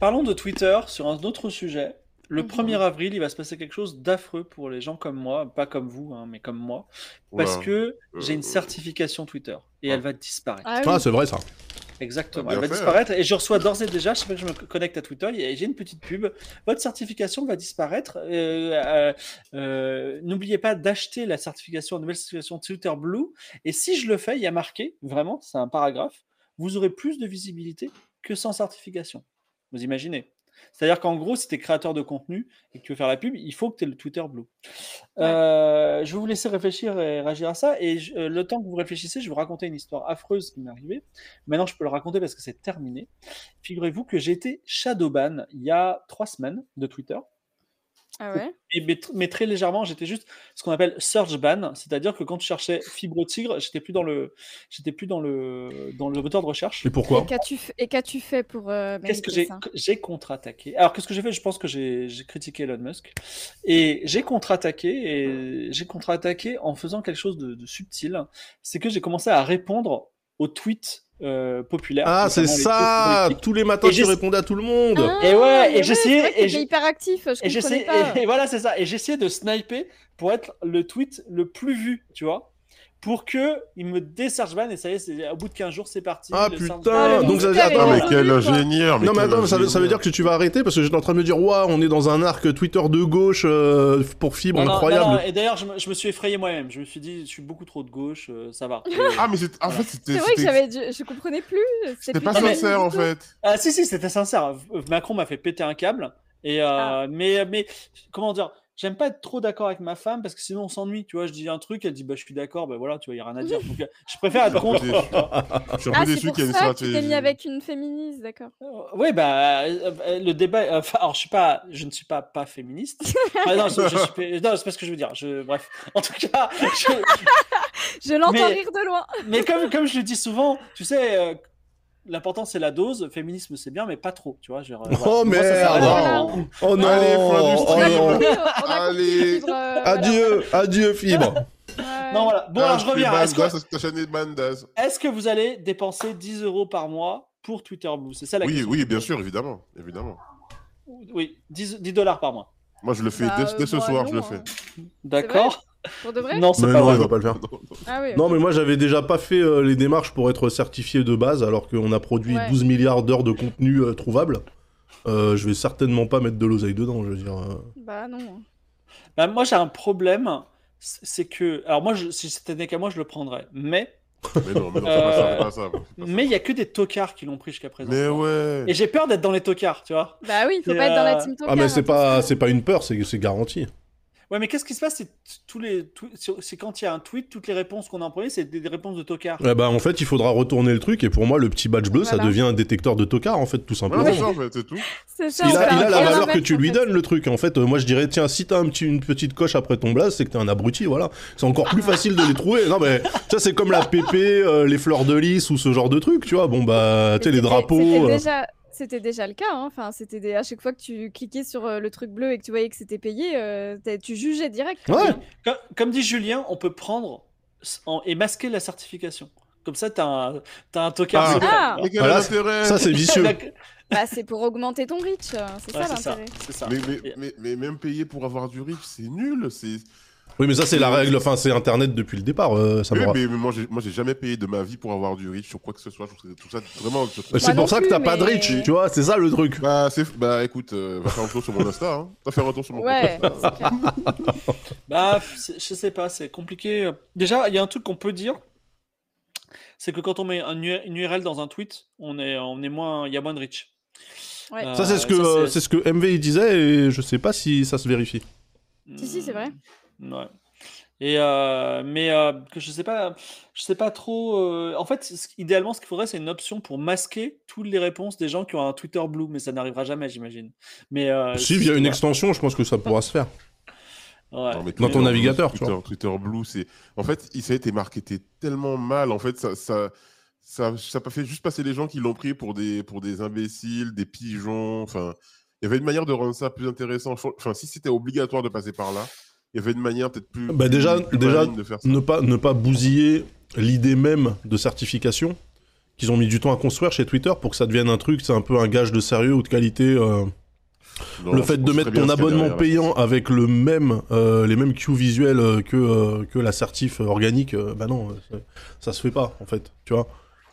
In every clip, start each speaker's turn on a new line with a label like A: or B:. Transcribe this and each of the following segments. A: Parlons de Twitter sur un autre sujet. Le 1er avril, il va se passer quelque chose d'affreux pour les gens comme moi, pas comme vous, hein, mais comme moi, parce
B: Oula.
A: que j'ai une
B: Euh,
A: certification Twitter et elle va disparaître.
C: Ah
D: Ah,
C: oui.
D: c'est vrai ça.
A: Exactement,
B: Ah, bien
A: elle va
B: fait,
A: disparaître et je reçois d'ores et déjà, je sais pas que je me connecte à Twitter et j'ai une petite pub. Votre certification va disparaître. euh, euh, euh, N'oubliez pas d'acheter la certification, la nouvelle certification Twitter Blue. Et si je le fais, il y a marqué, vraiment, c'est un paragraphe, vous aurez plus de visibilité que sans certification. Vous imaginez c'est-à-dire qu'en gros, si tu es créateur de contenu et que tu veux faire la pub, il faut que tu aies le Twitter Blue. Euh, je vais vous laisser réfléchir et réagir à ça. Et je- euh, le temps que vous réfléchissez, je vais vous raconter une histoire affreuse qui m'est arrivée. Maintenant, je peux le raconter parce que c'est terminé. Figurez-vous que j'ai été shadowban il y a trois semaines de Twitter.
C: Ah ouais
A: Et- mais, tr- mais très légèrement, j'étais juste ce qu'on appelle search ban, c'est-à-dire que quand tu cherchais fibre tigre, j'étais plus dans le, j'étais plus dans le, dans le moteur de recherche.
D: Et pourquoi
C: Et qu'as-tu f- et qu'as-tu fait pour euh,
A: Qu'est-ce que
C: mériter
A: j'ai
C: ça
A: que- J'ai contre-attaqué. Alors, qu'est-ce que j'ai fait Je pense que j'ai j'ai critiqué Elon Musk. Et j'ai contre-attaqué, et j'ai contre-attaqué en faisant quelque chose de, de subtil. C'est que j'ai commencé à répondre aux tweets euh, populaires.
D: Ah, c'est
A: notamment les
D: ça
A: tweets politiques.
D: Tous les matins,
A: Et
D: tu
A: j'ai-
D: répondais à tout le monde
C: Ah,
A: Et ouais, et
C: mais
A: j'essayais-
C: c'est vrai que
A: et
C: t'étais
A: j'ai-
C: hyper actif, je
A: Et,
C: comprenais
A: j'essayais-
C: pas.
A: et, et voilà, c'est ça. Et j'essayais de sniper pour être le tweet le plus vu, tu vois pour que il me déserge ban et ça y est, c'est- au bout de 15 jours, c'est parti.
D: Ah,
A: le
D: putain.
A: search ban.
D: Donc, ça
C: Twitter
D: veut dire-
C: est
D: attends,
B: Non, Ah, mais
C: descendu,
B: quel
C: quoi.
B: ingénieur mais
D: Non mais
B: quel
D: attends, ça veut, ça veut dire
B: ingénieur.
D: que tu vas arrêter parce que j'étais en train de me dire waouh on est dans un arc Twitter de gauche euh, pour fibre
A: Non, non,
D: incroyable.
A: non, non. Et d'ailleurs, je me, je me suis effrayé moi-même. Je me suis dit, je suis beaucoup trop de gauche, euh, ça va.
B: Ah, mais c'est- en
A: Voilà.
B: fait, c'était.
C: C'est vrai que
B: c'était-
C: j'avais dû- je comprenais plus.
B: C'était pas
A: Ah, mais-
B: sincère, en fait.
A: Ah si si c'était sincère. V- Macron m'a fait péter un câble. Et euh,
C: Ah.
A: mais mais comment dire J'aime pas être trop d'accord avec ma femme parce que sinon on s'ennuie. Tu vois, je dis un truc, elle dit bah je suis d'accord, bah voilà, tu vois, il y a rien à dire. Donc, euh, je préfère être contre.
B: Je suis un
C: Ah,
B: peu
C: c'est
B: déçu
C: pour
B: qu'il y ait une
C: ça que tu t'es mis
B: stratégie.
C: avec une féministe, d'accord.
A: Oui, bah euh, euh, le débat. euh, enfin, alors je suis pas, je ne suis pas pas féministe. Ah, non, je- je suis pas- non, c'est pas ce que je veux dire. Je, bref, en tout cas, je-
C: Je l'entends
A: Mais-
C: rire de loin.
A: mais comme, comme je le dis souvent, tu sais, euh, l'important c'est la dose. Féminisme c'est bien, mais pas trop. Tu vois, genre, euh, voilà.
D: Oh
A: Moi, ça sert à
D: merde
A: rien.
C: voilà.
D: Oh non
B: Allez, faut
D: Oh
C: On a
D: non
C: compris, on a compris,
B: Allez.
C: Fibre, euh, voilà.
D: Adieu Adieu fibre
C: Ouais.
A: Non, voilà. Bon,
D: Ah,
A: alors je reviens. Est-ce que-
B: Ta chaîne est de Bandas.
A: Est-ce que vous allez dépenser 10 euros par mois pour Twitter Blue C'est ça la
B: Oui,
A: question.
B: oui, bien sûr, évidemment. évidemment.
A: Oui, 10, 10 dollars par mois.
B: Moi, je le fais
C: Bah,
B: dès, dès
C: euh,
B: ce
C: moi,
B: soir,
C: non,
B: je le
C: hein.
B: fais.
A: D'accord
C: Pour de vrai
A: Non, c'est
D: Mais
A: pas
D: non il
A: vrai.
D: va pas le faire.
C: Ah oui.
D: Non mais moi j'avais déjà pas fait euh, les démarches pour être certifié de base alors qu'on a produit
C: Ouais.
D: 12 milliards d'heures de contenu euh, trouvable. Euh, je vais certainement pas mettre de l'oseille dedans, je veux dire. euh.
C: Bah non.
A: Bah, moi, j'ai un problème. c- C'est que. Alors, moi, je- si c'était qu'à moi, je le prendrais. Mais
B: Mais non, mais non, c'est pas ça, c'est pas ça. c'est pas ça.
A: mais il y a que des tocards qui l'ont pris jusqu'à présent.
B: Mais ouais.
A: Et j'ai peur d'être dans les tocards, tu vois.
C: Bah oui, faut
A: Et,
C: pas être dans la
A: euh,
C: team Tonka.
D: Ah mais c'est pas c'est pas une peur, c'est c'est garanti.
A: Ouais, mais qu'est-ce qui se passe C'est t- tous les tw- sur- c'est quand il y a un tweet, toutes les réponses qu'on a en premier, c'est des, des réponses de tocards.
D: Eh ben, en fait, il faudra retourner le truc et pour moi le petit badge bleu ça
C: Voilà.
D: devient un détecteur de tocard en fait tout simplement.
B: Voilà, c'est ça, en fait, c'est tout.
C: C'est ça,
D: Il
C: on
D: a,
C: fait un
D: il a la
C: peu
D: valeur que
C: l'inverse,
D: tu lui
C: en fait.
D: donnes, le truc. En fait, euh, moi, je dirais, tiens, si t'as un petit, une petite coche après ton blaze, c'est que t'es un abruti, voilà. C'est encore plus
C: Ah.
D: facile de les trouver. Non, mais ça, c'est comme la PP, euh, les fleurs de lys ou ce genre de truc, tu vois. Bon, bah, tu sais, les
C: C'était-
D: drapeaux.
C: C'était
D: euh,
C: déjà, c'était déjà le cas. hein. Enfin, c'était des- à chaque fois que tu cliquais sur euh, le truc bleu et que tu voyais que c'était payé, euh, t'as- tu jugeais direct. quand
D: Ouais.
C: même.
A: Comme, comme dit Julien, on peut prendre s- en- et masquer la certification. Comme ça, t'as un, t'as un tocard.
B: Ah.
A: secret,
C: Ah.
A: tu vois.
B: Mais quel
D: Voilà,
B: intérêt
D: Ça, c'est vicieux.
A: D'accord.
C: Bah, c'est pour augmenter ton reach. euh, C'est
A: Ouais,
C: ça
A: c'est ça,
C: l'intérêt.
A: c'est ça.
B: mais, mais, mais, mais même payer pour avoir du riff, c'est nul. C'est...
D: Oui, mais ça, c'est la règle. Enfin, c'est Internet depuis le départ, euh, ça
B: Oui,
D: me ra-
B: mais, mais moi, j'ai, moi, j'ai jamais payé de ma vie pour avoir du riff sur quoi que ce soit. Je trouve que tout ça vraiment. je trouve-
D: Euh, C'est
C: non
D: pour ça que
C: plus,
D: t'as pas de
C: mais-
D: reach, tu vois. C'est ça le truc.
B: Bah, c'est... bah écoute, euh, va faire un tour sur mon Insta. Hein. Va faire un tour sur mon compte
C: Ouais.
B: Insta.
C: c'est clair.
A: Bah, c'est- je sais pas, c'est compliqué. Déjà, il y a un truc qu'on peut dire, c'est que quand on met un U- une URL dans un tweet, on est, on est moins, il y a moins de reach.
C: Ouais.
A: Euh,
D: Ça, c'est ce que, euh, c'est ce que MV disait et je sais pas si ça se vérifie.
C: Si, si, c'est vrai.
A: Hmm, ouais. Et euh, mais euh, que je sais pas, je sais pas trop. euh, En fait, ce- idéalement, ce qu'il faudrait, c'est une option pour masquer toutes les réponses des gens qui ont un Twitter blue, mais ça n'arrivera jamais, j'imagine. Mais euh,
D: Si, via une
A: ouais,
D: extension, je pense que ça pourra se faire.
A: ouais.
B: Non, mais
D: Dans ton
B: Twitter
D: navigateur,
B: Blue,
D: tu
B: Twitter, Twitter Blue, c'est. En fait, il- ça a été marketé tellement mal. En fait, ça. ça... Ça, ça fait juste passer les gens qui l'ont pris pour des, pour des imbéciles, des pigeons. Enfin, il y avait une manière de rendre ça plus intéressant. Faut- Enfin, si c'était obligatoire de passer par là, il y avait une manière peut-être plus.
D: Bah, déjà-
B: plus
D: déjà,
B: maligne de faire ça.
D: ne pas, ne pas bousiller l'idée même de certification qu'ils ont mis du temps à construire chez Twitter pour que ça devienne un truc, c'est un peu un gage de sérieux ou de qualité. euh,
B: Non,
D: le
B: je
D: fait de
B: pense
D: mettre
B: très bien
D: ton
B: ce qu'il y a derrière, là.
D: abonnement payant avec le même, euh, les mêmes cues visuels euh, que, euh, que la certif euh, organique, euh, bah non, euh, ça- ça se fait pas en fait, tu vois.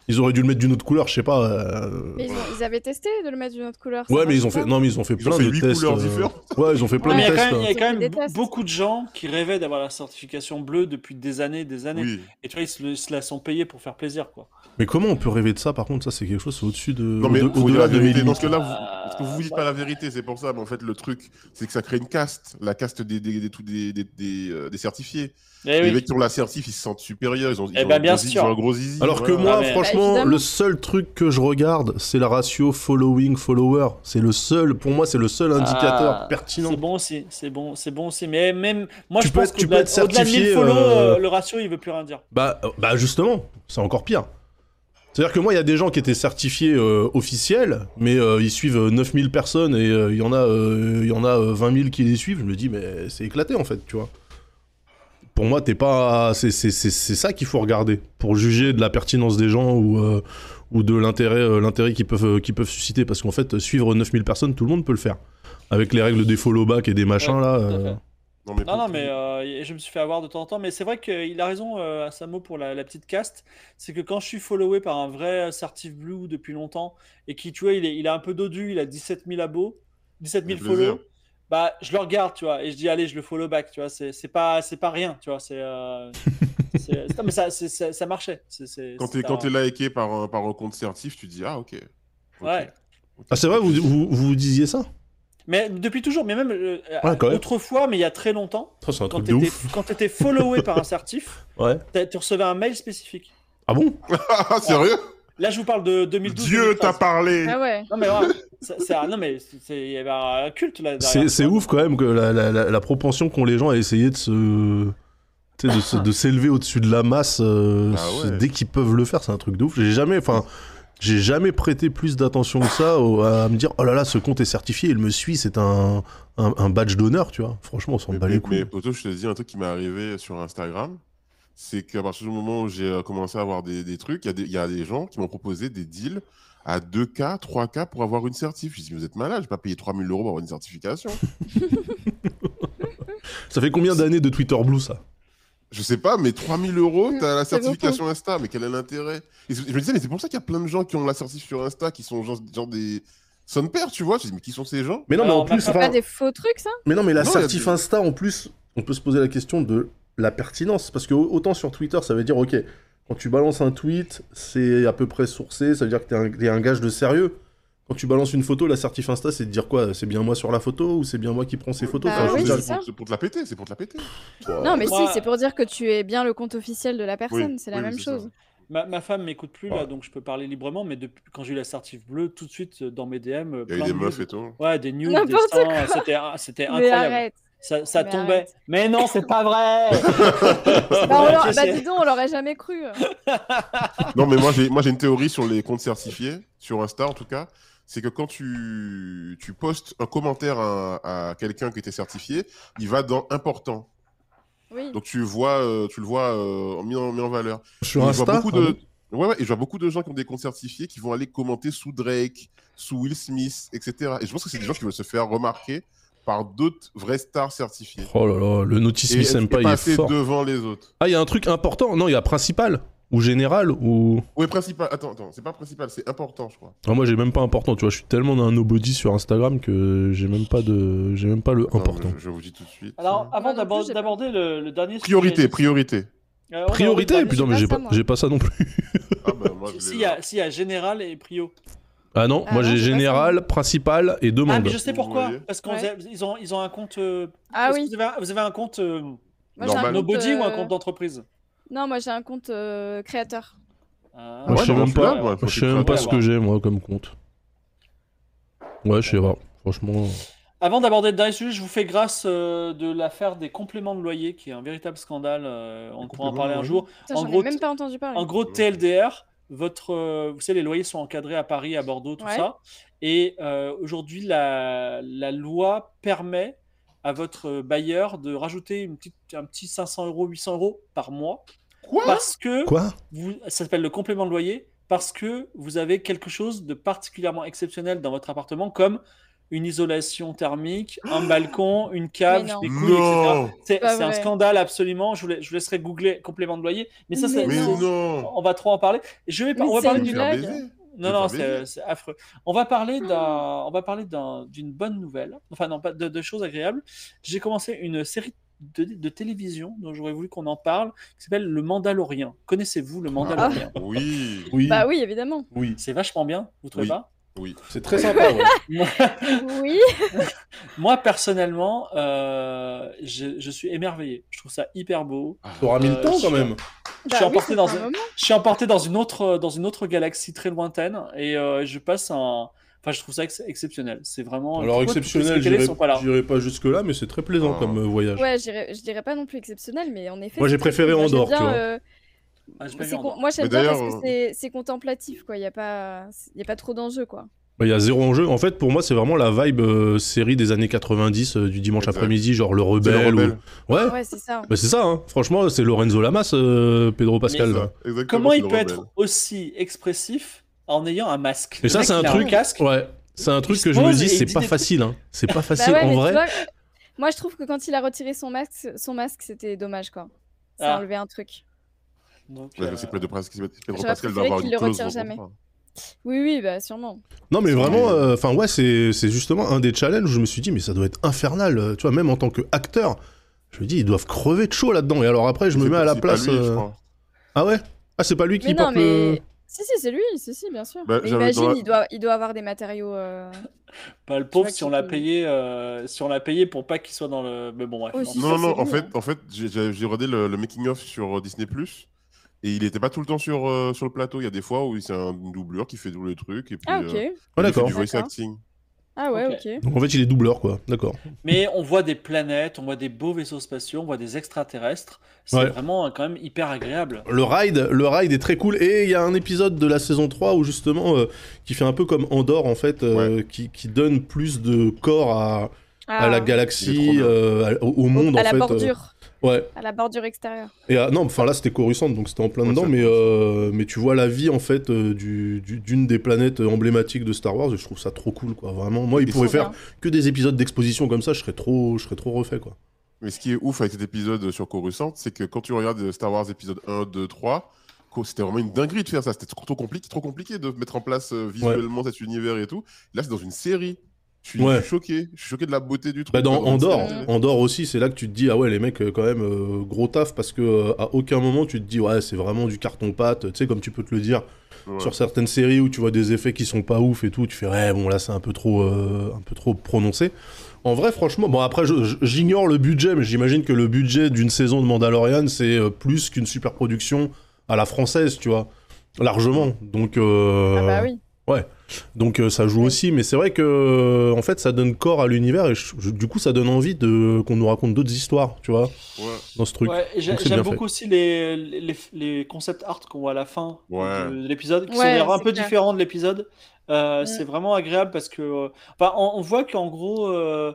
D: Ils auraient dû le mettre d'une autre couleur, je sais pas. euh,
C: Mais ils, ont- ils avaient testé de le mettre d'une autre couleur. ça
D: Ouais, mais ils ont
C: marche
D: fait, non, mais ils ont fait
B: Ils ont
D: plein
B: fait
D: de
B: huit
D: tests. euh,
B: couleurs différentes.
D: Ouais, ils ont fait plein
A: Ouais, mais il y
D: de
A: a
D: tests.
A: quand même, il y a
B: hein.
D: euh.
A: quand même
C: Ils
A: be-
C: détestent.
A: beaucoup de gens qui rêvaient d'avoir la certification bleue depuis des années, des années.
B: Oui.
A: Et tu vois, ils se, le- se la sont payés pour faire plaisir, quoi.
D: Mais comment on peut rêver de ça Par contre, ça c'est quelque chose c'est au-dessus de,
B: Non, mais
D: au-
B: faut dire
D: au-delà
B: la
D: de mes
B: vérité. Dans
D: limites.
B: ce cas-là, vous...
A: Ah.
B: Parce que vous vous dites pas la vérité, c'est pour ça. Mais en fait, le truc, c'est que ça crée une caste. La caste des, des, des, tous des, des, des, euh, des certifiés.
A: Eh
B: Les
A: oui.
B: mecs qui ont la certif, ils se sentent supérieurs. Ils ont, ils
A: Eh
B: ont
A: ben,
B: un
A: bien
B: gros zizi-
A: sûr.
B: ils ont un gros zizi.
D: Alors que
B: voilà.
D: moi,
A: Ah, mais-
D: franchement,
C: Bah, évidemment.
D: le seul truc que je regarde, c'est la ratio following-follower. C'est le seul, pour moi, c'est le seul indicateur
A: Ah,
D: pertinent.
A: C'est bon aussi, c'est bon, c'est bon aussi. Mais même, moi,
D: Tu
A: je
D: peux
A: pense
D: être- tu
A: qu'au-delà
D: peux être
A: au-delà de 1000
D: certifié,
A: follow,
D: euh,
A: euh, le ratio, il veut plus rien dire.
D: Bah, euh, bah justement, c'est encore pire. C'est-à-dire que moi, il y a des gens qui étaient certifiés euh, officiels, mais euh, ils suivent euh, 9000 personnes et euh, il y en a, euh, il y en a euh, 20 000 qui les suivent. Je me dis, mais c'est éclaté en fait, tu vois. Pour moi, t'es pas. C'est c'est- c'est- c'est ça qu'il faut regarder pour juger de la pertinence des gens ou, euh, ou de l'intérêt euh, l'intérêt qu'ils peuvent, euh, qu'ils peuvent susciter. Parce qu'en fait, suivre 9000 personnes, tout le monde peut le faire. Avec les règles des follow back et des machins là.
A: à
D: euh,
A: fait.
B: Non, mais,
A: Non, non, mais euh, et je me suis fait avoir de temps en temps. Mais c'est vrai qu'il a raison, euh, Samo, pour la, la petite caste. C'est que quand je suis followé par un vrai Certif Blue depuis longtemps et qui, tu vois, il est, il est un peu dodu, il a 17 000 abos, 17 000
B: Ça fait plaisir.
A: follow, bah, je le regarde, tu vois, et je dis, allez, je le follow back, tu vois. C'est c'est pas, c'est pas rien, tu vois. C'est. euh, c'est- non, mais ça, c'est- ça, ça marchait. C'est- c'est-
B: Quand
A: c'est hein.
B: t'es quand
A: un-
B: t'es liké par un, par un compte certif, tu dis ah ok. Ok.
A: Ouais.
B: Ok.
D: Ah, c'est vrai, vous, vous, vous disiez ça
A: Mais depuis toujours, mais même euh,
D: Ouais, quand même.
A: autrefois, mais il y a très longtemps,
D: Ça, C'est un
A: quand
D: truc de
A: t'étais
D: ouf.
A: quand t'étais followé par un certif,
D: Ouais.
A: t'as- tu recevais un mail spécifique.
D: Ah bon
B: Ah, sérieux
A: Là, je vous parle de 2012.
B: Dieu t'a
A: 2013.
B: parlé.
C: pas. Ah ouais.
A: Non mais voilà, ça- ça- non mais c'est- il y avait un culte là derrière.
D: C'est c'est ouf quand même que la, la- la- la propension qu'ont les gens à essayer de se. tu sais, de se- de s'élever au-dessus de la masse euh,
B: Ah ouais.
D: dès qu'ils peuvent le faire, c'est un truc de ouf. J'ai jamais. Enfin. J'ai jamais prêté plus d'attention que ça au- à me dire oh là là ce compte est certifié il me suit c'est un, un, un badge d'honneur tu vois franchement on s'en
B: Mais,
D: bat
B: mais-
D: les couilles
B: mais, poto, je te dis un truc qui m'est arrivé sur Instagram, c'est qu'à partir du moment où j'ai euh, commencé à avoir des, des trucs, il y a des- il y, a des gens qui m'ont proposé des deals à 2K, 3K pour avoir une certif. Je dis, vous êtes malade, je vais pas payer 3000 euros pour avoir une certification.
D: ça fait combien d'années de Twitter Blue ça
B: Je sais pas, mais 3000 euros,
C: Mm,
B: t'as la
C: c'est beaucoup.
B: certification Insta, mais quel est l'intérêt Et Je je me disais, mais c'est pour ça qu'il y a plein de gens qui ont la certif sur Insta, qui sont genre, genre des son père, tu vois. Je dis, mais qui sont ces gens
D: mais non
A: Alors,
D: mais en plus
A: maintenant-
C: C'est
D: enfin,
C: pas des faux trucs, ça
D: Mais non, mais la
B: Non,
D: certif
B: y a-
D: Insta, en plus, on peut se poser la question de la pertinence. Parce que au- autant sur Twitter, ça veut dire, ok, quand tu balances un tweet, c'est à peu près sourcé, ça veut dire que t'es un, t'es un gage de sérieux. Quand tu balances une photo, la certif Insta, c'est de dire quoi C'est bien moi sur la photo ou c'est bien moi qui prends ces photos
C: Bah
D: Enfin,
B: je
D: je
C: oui,
D: veux
B: veux
D: dire-
B: dire,
C: c'est ça.
B: pour, pour te la péter, c'est pour te la péter.
C: Non, mais
A: Moi-
C: si, c'est pour dire que tu es bien le compte officiel de la personne. c'est la
B: oui,
C: même
B: c'est ça.
C: chose.
A: Ma, ma femme m'écoute plus là,
D: Ouais.
A: donc je peux parler librement. Mais depuis quand j'ai eu la certif bleue, tout de suite euh, dans mes DM, euh,
B: Il y a eu
A: plein
B: des
A: de
B: meufs
A: news.
B: et tout.
A: Ouais, des news, des
C: N'importe
A: seins, c'était un- c'était
C: Mais
A: incroyable.
C: arrête.
A: Ça, ça
C: Mais
A: tombait.
C: arrête.
A: Mais non, c'est pas vrai.
C: Bah, on
A: Ouais,
C: leur-
A: je
C: bah
A: sais.
C: dis donc, on l'aurait jamais cru. euh.
B: Non, mais moi, j'ai moi, j'ai une théorie sur les comptes certifiés, sur Insta en tout cas. C'est que quand tu, tu postes un commentaire à, à quelqu'un qui était certifié, il va dans important.
C: Oui.
B: Donc tu, vois, euh, tu le vois euh, mis, en, mis en valeur.
D: Sur
B: Et je vois
D: Insta
B: beaucoup de... ouais, ouais, et je vois beaucoup de gens qui ont des comptes certifiés qui vont aller commenter sous Drake, sous Will Smith, etc. Et je pense que c'est des gens qui veulent se faire remarquer par d'autres vraies stars certifiées.
D: Oh là là, le Notice
B: Et,
D: Me
B: et
D: Senpai est
B: passer
D: fort.
B: devant les autres.
D: Ah, il y a un truc important. Non, il y a principal ou général ou.
B: Oui, principal. Attends, attends, c'est pas principal, c'est important, je crois.
D: Ah, moi, j'ai même pas important. Tu vois, je suis tellement un nobody sur Instagram que j'ai même pas de, j'ai même pas le
B: Attends,
D: important.
B: je, je vous dis tout de suite.
A: Alors
C: Moi
A: avant
C: non plus,
A: d'abord-
C: j'ai pas.
A: d'aborder le, le dernier sujet-
B: priorité, priorité.
A: Euh, ouais,
D: Priorité,
A: d'aborder le
D: putain, mais
C: pas
D: j'ai
C: ça,
D: pas,
C: moi.
D: j'ai pas ça non plus.
B: Ah bah, moi,
A: dernier-
B: je
A: S'il
B: l'ai
A: y,
B: là.
A: a- s'il y a général et prio.
D: Ah non,
C: Ah
D: moi
C: non,
D: j'ai
C: j'ai pas ça.
D: général, principal et
A: Ah
D: demande.
A: mais je sais
B: Vous
A: pourquoi.
B: voyez
A: Parce qu'ils
C: Ouais.
A: ont ils ont un compte. euh,
C: Ah
A: est-ce que
C: oui.
A: Vous avez, un- vous avez un compte. euh,
C: Moi, j'ai un
B: Normal.
C: compte,
A: Nobody ou un
C: euh,
A: compte d'entreprise
C: Non, moi j'ai un compte euh, créateur.
A: Ah,
D: Moi, je sais
B: non,
D: même
B: celui-là,
D: pas.
B: moi, faut
D: Je
B: que
D: sais même
B: tu
D: pas
B: fasses.
D: ce que j'ai moi comme compte. Ouais, je sais pas. Franchement. euh,
A: Avant d'aborder le dernier sujet, je vous fais grâce euh, de l'affaire des compléments de loyer, qui est un véritable scandale. euh, on pourra en
B: compléments
A: parler
B: de
A: un
B: loyer
A: jour.
C: Putain,
A: En
C: j'en ai
A: gros,
C: même pas entendu parler.
A: En gros, TLDR, votre, euh, vous savez, les loyers sont encadrés à Paris, à Bordeaux, tout
C: Ouais.
A: ça. Et euh, aujourd'hui, la, la loi permet à votre euh, bailleur de rajouter une petite, un petit 500 euros, 800 euros par mois.
B: Quoi
A: Parce que
D: Quoi
A: vous, ça s'appelle le complément de loyer. parce que vous avez quelque chose de particulièrement exceptionnel dans votre appartement, comme une isolation thermique, un balcon, une cave,
C: Mais non.
A: des couilles, etc.
B: Non.
A: C'est
C: Pas
A: c'est un
C: vrai.
A: scandale absolument. Je vous, la- je vous laisserai googler complément de loyer, mais ça,
C: Mais
A: c'est-
B: Mais
A: c'est-
B: non
A: on va trop en parler. Je vais pas,
C: Mais
A: on va
C: c'est
A: parler
B: Je vais me
A: d'une
B: faire
C: blague.
B: baiser.
A: non,
B: J'ai
A: non,
B: pas
A: c'est
B: baisé.
A: c'est affreux. On va parler d'un, on va parler d'un- d'une bonne nouvelle. Enfin non, pas de, de choses agréables. J'ai commencé une série de, de télévision dont j'aurais voulu qu'on en parle, qui s'appelle Le Mandalorien. Connaissez-vous
B: Ah.
A: Le Mandalorien
B: Oui
D: Oui,
C: Bah oui, évidemment.
D: oui.
A: C'est vachement bien, vous trouvez
B: Oui.
A: pas
D: C'est très sympa, ouais.
C: Oui.
A: Moi personnellement, euh, je, je suis émerveillé. Je trouve ça hyper beau.
D: T'auras mis le
A: Euh,
D: temps
A: sur-
D: quand même.
A: suis emporté
C: Bah c'est
A: dans
C: un
A: un-
C: moment.
A: Je suis emporté dans une autre, dans une autre galaxie très lointaine et euh, je passe un. Enfin, je trouve ça ex- exceptionnel. C'est vraiment.
D: Alors
A: Pourquoi toutes les
D: exceptionnel,
A: télés
D: j'irai
A: sont pas là
D: j'irai pas jusque là, mais c'est très plaisant
B: Ah.
D: comme euh, voyage.
C: Ouais, j'irais- je dirais pas non plus exceptionnel, mais en effet.
D: Moi, j'ai
C: c'est très
D: préféré
C: cool. Moi, j'aime
D: Andorre,
C: bien,
D: tu vois.
C: euh,
A: Ah, j'ai pas
C: c'est
A: vu
C: con-
A: encore.
C: Moi, j'aime
B: Mais
C: bien parce
B: d'ailleurs, euh,
C: que c'est- c'est contemplatif, quoi. Il n'y a, pas... y a pas trop d'enjeux, quoi.
D: Bah, Il y a zéro enjeu. En fait, pour moi, c'est vraiment la vibe euh, série des années 90 euh, du dimanche
B: Exact.
D: après-midi, genre le
B: C'est
D: rebelle.
B: le rebelle.
D: Ou... Ouais,
C: Ouais, c'est ça.
D: bah, c'est ça. Hein. Franchement, c'est Lorenzo Lamas, euh, Pedro Pascal.
A: Mais-
D: là.
B: Exactement,
A: Comment
B: c'est
A: il
B: le
A: peut
B: rebelle.
A: être aussi expressif en ayant un masque
D: Et ça,
A: mec,
D: c'est un
A: il a
D: truc-
A: casque.
D: Ouais, c'est un truc
A: se
D: que je me
A: pose et
D: dis,
A: il
D: c'est
A: dit
D: pas
A: des
D: facile. Hein. C'est pas
C: Bah
D: facile
C: ouais, mais
D: en
C: tu
D: vrai.
C: vois, moi, je trouve que quand il a retiré son masque, son masque c'était dommage, quoi. Ça
A: Ah.
C: a enlevé un truc.
A: Donc,
B: Ouais,
A: euh,
B: c'est Pedro Pascal, Pedro
C: J'aurais
B: Pascal va
C: préféré
B: avoir
C: qu'il
B: une
C: le
B: clause
C: retire
B: dans son
C: jamais.
B: contrat.
C: Oui, oui, bah sûrement.
D: Non, mais
C: C'est
D: vraiment,
B: vrai.
D: euh, enfin ouais, c'est c'est justement un des challenges où je me suis dit, mais ça doit être infernal. euh, Tu vois, même en tant qu'acteur, je me dis, ils doivent crever de chaud là-dedans. Et alors après, je me
B: C'est
D: mets
B: pas-
D: à la
B: c'est pas
D: place.
B: lui, je
D: euh,
B: crois.
D: Ah ouais Ah, c'est pas lui qui
C: mais non,
D: porte le. Ah,
C: mais. Si, si, c'est lui, si, si, bien sûr.
B: Bah,
C: mais
B: j'avais
C: imagine,
B: dans la-
C: il, doit, il doit avoir des matériaux. euh,
A: bah, le pauvre,
C: vois
A: si on
C: qu'il
A: l'a
C: peut-
A: payé, euh, si on l'a payé pour pas qu'il soit dans le. Mais bon, bref.
C: Oh,
A: non.
C: si,
B: Non, non,
C: ça,
B: non,
C: c'est
B: en
C: lui,
B: fait,
C: hein.
B: en fait j'ai- j'ai j'ai regardé le, making of sur euh, Disney Plus et il était pas tout le temps sur, euh, sur le plateau. Il y a des fois où c'est un doubleur qui fait double le truc et puis
C: Ah,
B: euh,
C: ok.
B: il
D: Ah,
B: fait
D: d'accord.
B: du voice
C: D'accord.
B: acting.
C: Ah, ouais,
A: Ok.
C: ok.
D: Donc en fait, il est doubleur, quoi. D'accord.
A: Mais on voit des planètes, on voit des beaux vaisseaux spatiaux, on voit des extraterrestres. C'est
D: Ouais.
A: vraiment euh, quand même hyper agréable.
D: Le ride, le ride est très cool. Et il y a un épisode de la saison 3 où justement, euh, qui fait un peu comme Andorre, en fait, euh, qui, qui donne plus de corps à, à
C: Ah.
D: la
B: Il est trop
D: galaxie,
B: bien.
D: euh, à- au, au monde,
C: à
D: en
C: la
D: fait. euh,
C: bordure.
D: ouais.
C: À la bordure extérieure.
D: Et ah, non, enfin là c'était Coruscant, donc c'était en plein
B: Ouais,
D: dedans,
B: c'est
D: mais,
B: Coruscant.
D: euh, mais tu vois la vie en fait euh, du- du- d'une des planètes emblématiques de Star Wars, et je trouve ça trop cool quoi, vraiment. Moi ils
B: Ils
D: pourraient
C: Trop
D: faire
C: bien.
D: que des épisodes d'exposition comme ça, je serais trop, je serais trop refait quoi.
B: Mais ce qui est ouf avec cet épisode sur Coruscant, c'est que quand tu regardes Star Wars épisode 1, 2, 3, co- c'était vraiment une dinguerie de faire ça. C'était trop, trop compliqué, trop compliqué de mettre en place euh, visuellement cet univers et tout. Là, c'est dans une série. Je suis, je
D: Ouais.
B: suis choqué. Je suis choqué de la beauté du truc.
D: Bah, dans
B: Pas une
D: Andorre,
B: série télé.
D: Andorre aussi, c'est là que tu te dis ah ouais les mecs euh, quand même euh, gros taf parce que euh, à aucun moment tu te dis ouais c'est vraiment du carton pâte, tu sais comme tu peux te le dire
B: Ouais.
D: sur certaines séries où tu vois des effets qui sont pas ouf et tout, tu fais ouais bon là c'est un peu trop euh, un peu trop prononcé. En vrai franchement bon après je- je- j'ignore le budget mais j'imagine que le budget d'une saison de Mandalorian c'est euh, plus qu'une super production à la française tu vois largement donc euh,
C: Ah, bah oui.
D: donc euh, ça joue
C: Ouais.
D: aussi mais c'est vrai que euh, en fait ça donne corps à l'univers et je- je- du coup ça donne envie de qu'on nous raconte d'autres histoires tu vois
B: Ouais.
D: dans ce truc.
A: Ouais, et j'ai-
D: Donc c'est
A: J'aime
D: bien
A: beaucoup aussi les, les, les concept art qu'on voit à la fin
B: Ouais.
A: de, de l'épisode, qui sont
C: Ouais,
A: d'ailleurs un
C: c'est
A: peu
C: clair.
A: différents de l'épisode. Euh,
C: Mm.
A: C'est vraiment agréable parce que euh, enfin, on, on voit qu'en gros, euh,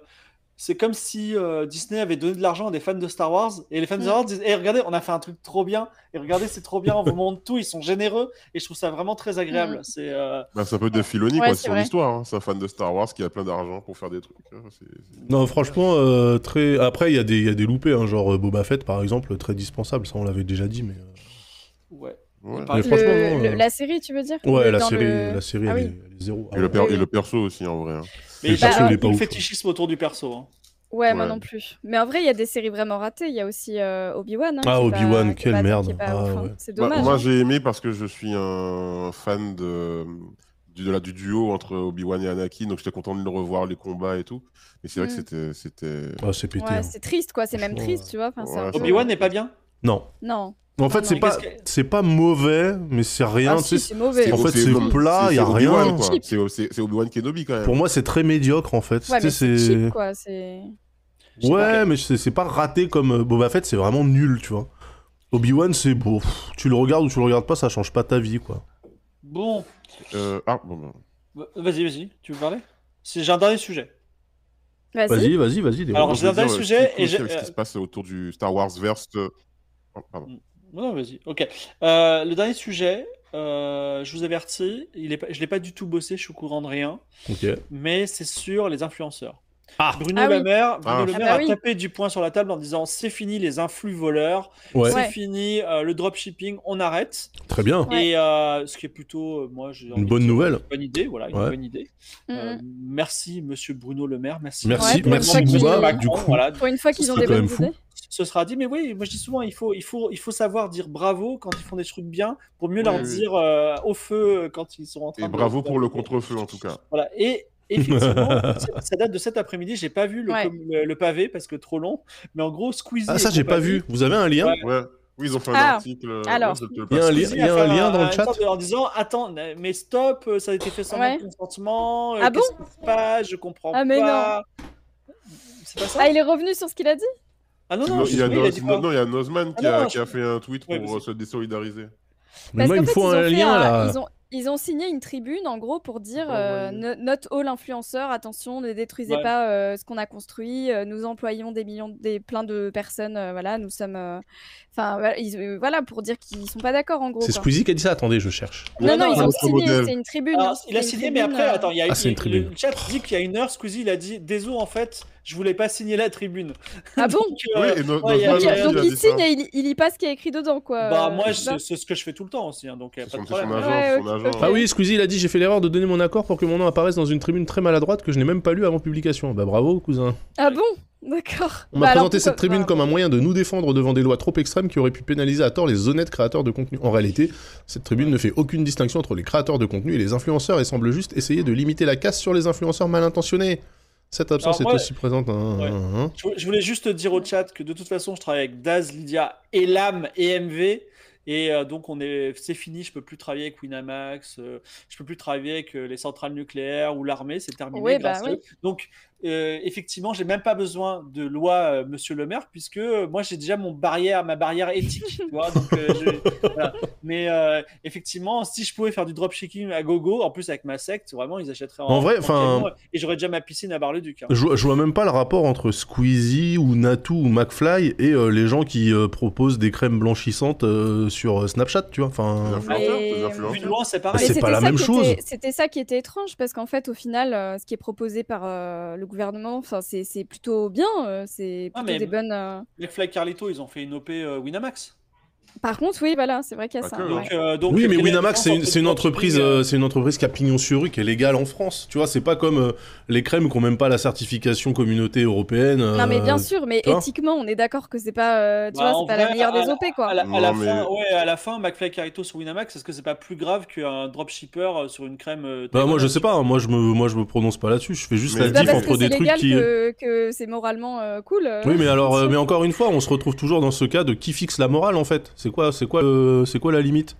A: c'est comme si euh, Disney avait donné de l'argent à des fans de Star Wars et les fans de
C: Mm.
A: Star Wars disent Eh, Regardez, on a fait un truc trop bien, et regardez, c'est trop bien, on vous montre tout, ils sont généreux et je trouve ça vraiment très agréable.
C: Mm.
A: C'est euh,
B: Bah, c'est un peu de Filoni,
C: Ouais,
B: quoi.
C: c'est
B: C'est son
C: vrai.
B: histoire. hein. C'est un fan de Star Wars qui a plein d'argent pour faire des trucs. hein. C'est- c'est-
D: Non, franchement, euh, très. Après, il y, a des- il y a des loupés, hein, genre euh, Boba Fett, par exemple, très dispensable. Ça, on l'avait déjà dit, mais. euh,
A: ouais.
B: ouais.
A: Par-
D: Mais
C: Le-
D: franchement, non,
C: le-
D: euh,
C: La série, tu veux dire
D: Ouais,
C: Le-
D: la
C: dans
D: série,
C: le-
D: la série
C: Ah
D: elle,
C: oui.
D: est, elle est zéro. Ah
B: Et le,
D: ouais.
B: per-
C: oui.
B: et le perso aussi, en vrai. hein.
A: Mais
D: Le
A: j'ai
C: perso,
A: pas
D: il est pas
A: beaucoup de
D: ouf, hein. Ah,
A: fétichisme autour du perso. hein.
C: Ouais, moi
B: Ouais.
C: non plus. Mais en vrai, il y a des séries vraiment ratées. Il y a aussi euh, Obi-Wan. hein,
D: Ah,
C: qui est
D: Obi-Wan,
C: pas- qui est
D: quelle
C: pas- qui est
D: merde.
C: pas
D: Ah,
C: ouf, hein.
D: ouais.
C: C'est
B: Bah,
C: dommage.
B: moi,
C: hein.
B: j'ai aimé parce que je suis un fan de, du, de la, du duo entre Obi-Wan et Anakin, donc j'étais content de le revoir, les combats et tout. Mais c'est vrai
C: Mm.
B: que c'était- c'était.
D: Ah, c'est pété. hein.
C: Ouais, c'est triste, quoi. C'est même
D: Franchement,
C: triste, tu vois. Enfin, c'est un
B: ouais,
C: peu-
B: ça-
A: Obi-Wan n'est pas bien
D: Non.
C: Non.
D: En fait,
C: non,
D: c'est
A: mais
D: pas,
A: qu'est-ce que-
D: c'est pas mauvais, mais c'est
C: Ah,
D: rien. tu
C: si,
D: sais,
C: c'est mauvais.
D: en fait, c'est
B: comme-
D: plat,
B: c'est-
D: y a
B: c'est
D: rien.
B: Obi-Wan, quoi.
C: Cheap.
B: C'est c'est- c'est Obi-Wan Kenobi quand même.
D: Pour moi, c'est très médiocre, en fait.
C: Ouais,
D: Tu
C: mais
D: sais,
C: c'est cheap,
D: c'est.
C: quoi. C'est.
A: Je sais pas.
D: Ouais, mais c'est c'est pas raté comme euh, Boba Fett, c'est vraiment nul, tu vois. Obi-Wan, c'est beau. Pff, Tu le regardes ou tu le regardes pas, ça change pas ta vie, quoi.
A: Bon,
B: Euh, ah, bon, bon.
A: va- vas-y, vas-y, tu veux parler C'est- J'ai un dernier sujet.
C: Vas-y.
D: Vas-y, vas-y, vas-y. déroule.
A: Alors,
B: Moi,
A: j'ai
B: je veux
A: un dernier
B: dire, euh,
A: sujet
B: ce qui est
A: et
B: cool
A: j'ai-
B: aussi avec ce qui se passe autour du Star Wars verse. euh, oh, pardon.
A: Non, non, vas-y. Ok. Euh, le dernier sujet, euh, je vous avertis, il est pas- je l'ai pas du tout bossé, je suis au courant de rien,
D: Ok.
A: mais c'est sur les influenceurs.
D: Ah.
A: Bruno
C: Ah oui.
A: Le Maire, Bruno
B: Ah.
A: Le
C: Ah
A: Maire
C: bah
A: a
C: oui.
A: tapé du poing sur la table en disant c'est fini les influx voleurs,
D: Ouais.
A: c'est
C: Ouais.
A: fini euh, le dropshipping, on arrête.
D: Très bien.
C: Ouais.
A: Et euh, ce qui est plutôt, euh, moi, j'ai envie
D: Une
A: de
D: bonne
A: dire,
D: nouvelle.
A: une bonne idée, voilà, une
D: Ouais.
A: bonne idée.
C: Mm,
A: Euh,
C: mm.
A: merci Monsieur Bruno Le Maire, merci.
D: Merci,
C: Ouais, pour
D: merci
C: une fois
D: Booba,
C: qu'ils-
D: du coup.
A: voilà,
C: mm. Pour une fois qu'ils
D: Ce
C: ont
D: serait
C: des
D: quand
C: bonnes
D: même fou.
C: idées.
A: ce sera dit. Mais oui, moi je dis souvent, il faut, il faut, il faut savoir dire bravo quand ils font des trucs bien pour mieux leur
B: Oui, oui.
A: dire euh, au feu euh, quand ils sont en train
B: Et
A: de-
B: bravo pour le contre-feu, en tout cas.
A: Voilà. Et effectivement, ça- ça date de cet après-midi. J'ai pas vu le,
C: Ouais.
A: com- le, le pavé parce que trop long. Mais en gros, Squeezie.
D: Ah, ça,
A: et
D: j'ai pas
A: compagnie-
D: vu. Vous avez un lien
A: Ouais.
B: Ouais. Oui, ils ont fait un
C: Ah.
B: article.
C: Alors.
B: ouais, je te le
D: Il y a un
B: passe.
D: lien,
A: Squeezie
D: il y a
A: fait
D: un lien dans le
A: une
D: chat.
A: sorte de- En disant, attends, mais stop, ça a été fait sans
C: Ouais.
A: mon consentement. euh,
C: Ah
A: qu'est-ce qui se passe Je comprends
C: Ah, mais non.
A: pas. C'est pas ça
C: Ah, il est revenu sur ce qu'il a dit
A: Ah non,
B: Non,
A: non,
B: il y a
A: justement, il a
B: Noz-
A: dit
B: non,
A: quoi
B: non, il y a Nozman qui,
A: Ah
B: a,
A: non,
B: qui a fait un tweet pour
A: Ouais, parce
B: euh, se désolidariser.
D: Mais moi, il me
C: qu'en fait,
D: faut
C: ils ont
D: un
C: fait
D: lien
C: un-
D: là.
C: Ils ont, ils ont signé une tribune en gros pour dire
B: Ouais,
C: euh,
B: ouais.
C: no- note all influenceurs, attention, ne détruisez
A: Ouais.
C: pas euh, ce qu'on a construit, euh, nous employons des millions, des plein de personnes, euh, voilà, nous sommes, euh, enfin voilà, ils- euh, voilà, pour dire qu'ils sont pas d'accord en gros.
D: C'est
C: quoi.
D: Squeezie qui a dit ça. Attendez, je cherche.
C: Non non,
A: Non,
C: ils
A: non,
C: ont
B: c'est un
C: signé,
B: modèle.
C: c'est une tribune.
A: Alors,
C: hein,
A: Ah, il a
C: c'est une
A: signé, mais
C: tribune,
A: après,
C: euh,
A: attends, il y a,
D: Ah, c'est une
A: il- le
D: tribune.
A: chat dit qu'il y a une heure, Squeezie, il a dit Désolé, en fait, je voulais pas signer la tribune.
C: Ah bon
A: Donc,
B: Oui,
A: euh,
B: et No-
A: ouais, il y a-
B: Nozman
C: Donc,
A: il y a-
B: aussi,
C: donc
B: il a
C: il
B: dit ça.
C: signe et il, il lit pas ce qui est écrit dedans quoi.
A: bah,
C: euh,
A: moi,
C: c'est ça.
A: c'est c'est ce que je fais tout le temps aussi, hein, donc il n'y a pas
B: Son,
A: de
B: c'est son
A: problème.
B: agent,
C: Ouais,
B: son
C: ok,
B: agent.
C: ok.
D: Ah oui, Squeezie, il a dit j'ai fait l'erreur de donner mon accord pour que mon nom apparaisse dans une tribune très maladroite que je n'ai même pas lue avant publication. Bah bravo, cousin.
C: Ah bon, d'accord.
D: On
C: Bah,
D: m'a
C: alors,
D: présenté cette
C: pourquoi-
D: tribune
C: bah,
D: comme un moyen de nous défendre devant des lois trop extrêmes qui auraient pu pénaliser à tort les honnêtes créateurs de contenu. En réalité, cette tribune ne fait aucune distinction entre les créateurs de contenu et les influenceurs et semble juste essayer de limiter la casse sur les influenceurs mal intentionnés. Cette absence
A: Alors, moi,
D: est aussi présente. hein,
A: ouais.
D: hein, hein.
A: Je, je voulais juste te dire au chat que de toute façon, je travaille avec Daz, Lydia et Lam et MV. Et euh, donc, on est, c'est fini. Je peux plus travailler avec Winamax. euh, je peux plus travailler avec euh, les centrales nucléaires ou l'armée. C'est terminé.
C: Oui,
A: grâce
C: bah
A: à
C: oui.
A: eux. Donc, euh, effectivement, j'ai même pas besoin de loi, euh, Monsieur le Maire, puisque euh, moi, j'ai déjà mon barrière, ma barrière éthique. tu vois, donc, euh, je- voilà. Mais euh, effectivement, si je pouvais faire du dropshipping à gogo, en plus avec ma secte, vraiment, ils achèteraient en,
D: En vrai, 'fin-
A: camion, Et j'aurais déjà ma piscine à Bar-le-Duc. hein.
D: Je, vois- je vois même pas le rapport entre Squeezie ou Natou ou McFly et euh, les gens qui euh, proposent des crèmes blanchissantes euh, sur euh, Snapchat, tu vois.
B: Les
D: Enfin,
B: influenceurs,
C: Mais-
B: les
A: Vu de
B: influenceurs.
A: loin, c'est pareil.
C: Mais
D: c'est
C: c'était
D: pas la
C: ça
D: même
C: qui
D: chose.
C: était- C'était ça qui était étrange, parce qu'en fait, au final, euh, ce qui est proposé par euh, le gouvernement, enfin, c'est c'est plutôt bien, euh, c'est
A: Ah,
C: plutôt
A: mais-
C: des bonnes. euh,
A: Les Fly Carlito, ils ont fait une OP euh, Winamax.
C: Par contre, oui, voilà, c'est vrai qu'il y a ça.
B: Pas que,
C: ouais.
A: Donc,
D: hein.
A: euh, donc,
D: oui, mais
A: quelle est la
D: Winamax,
A: différence
D: c'est une,
A: entre
D: c'est une
A: Dropshipping,
D: entreprise,
A: euh,
D: euh, c'est une entreprise qui a pignon sur rue, qui est légale en France. Tu vois, c'est pas comme euh, les crèmes qui ont même pas la certification communauté européenne.
C: Non, mais bien
D: euh,
C: sûr, mais
D: tu vois
C: éthiquement, on est d'accord que c'est pas, euh, tu
A: Bah, en
C: vois, c'est pas la
A: vrai,
C: meilleure
A: à
C: des
A: la-
C: OP, quoi.
A: euh, à la, à
B: Non,
A: la
B: mais-
A: fin, ouais, à la fin, McFly Carlito sur Winamax, est-ce que c'est pas plus grave qu'un dropshipper euh, sur une crème euh,
D: Bah moi je
A: thaïlandaise
D: sais pas, hein, moi je me moi je me prononce pas là-dessus, je fais juste
B: Mais-
D: la
C: C'est pas
D: diff
C: Bah, parce que
D: entre
C: c'est
D: des trucs
C: légal
D: qui euh,
C: que, que c'est moralement euh, cool. euh,
D: Oui, mais alors euh,
C: c'est-
D: mais encore une fois, on se retrouve toujours dans ce cas de qui fixe la morale en fait. C'est quoi c'est quoi euh, c'est quoi la limite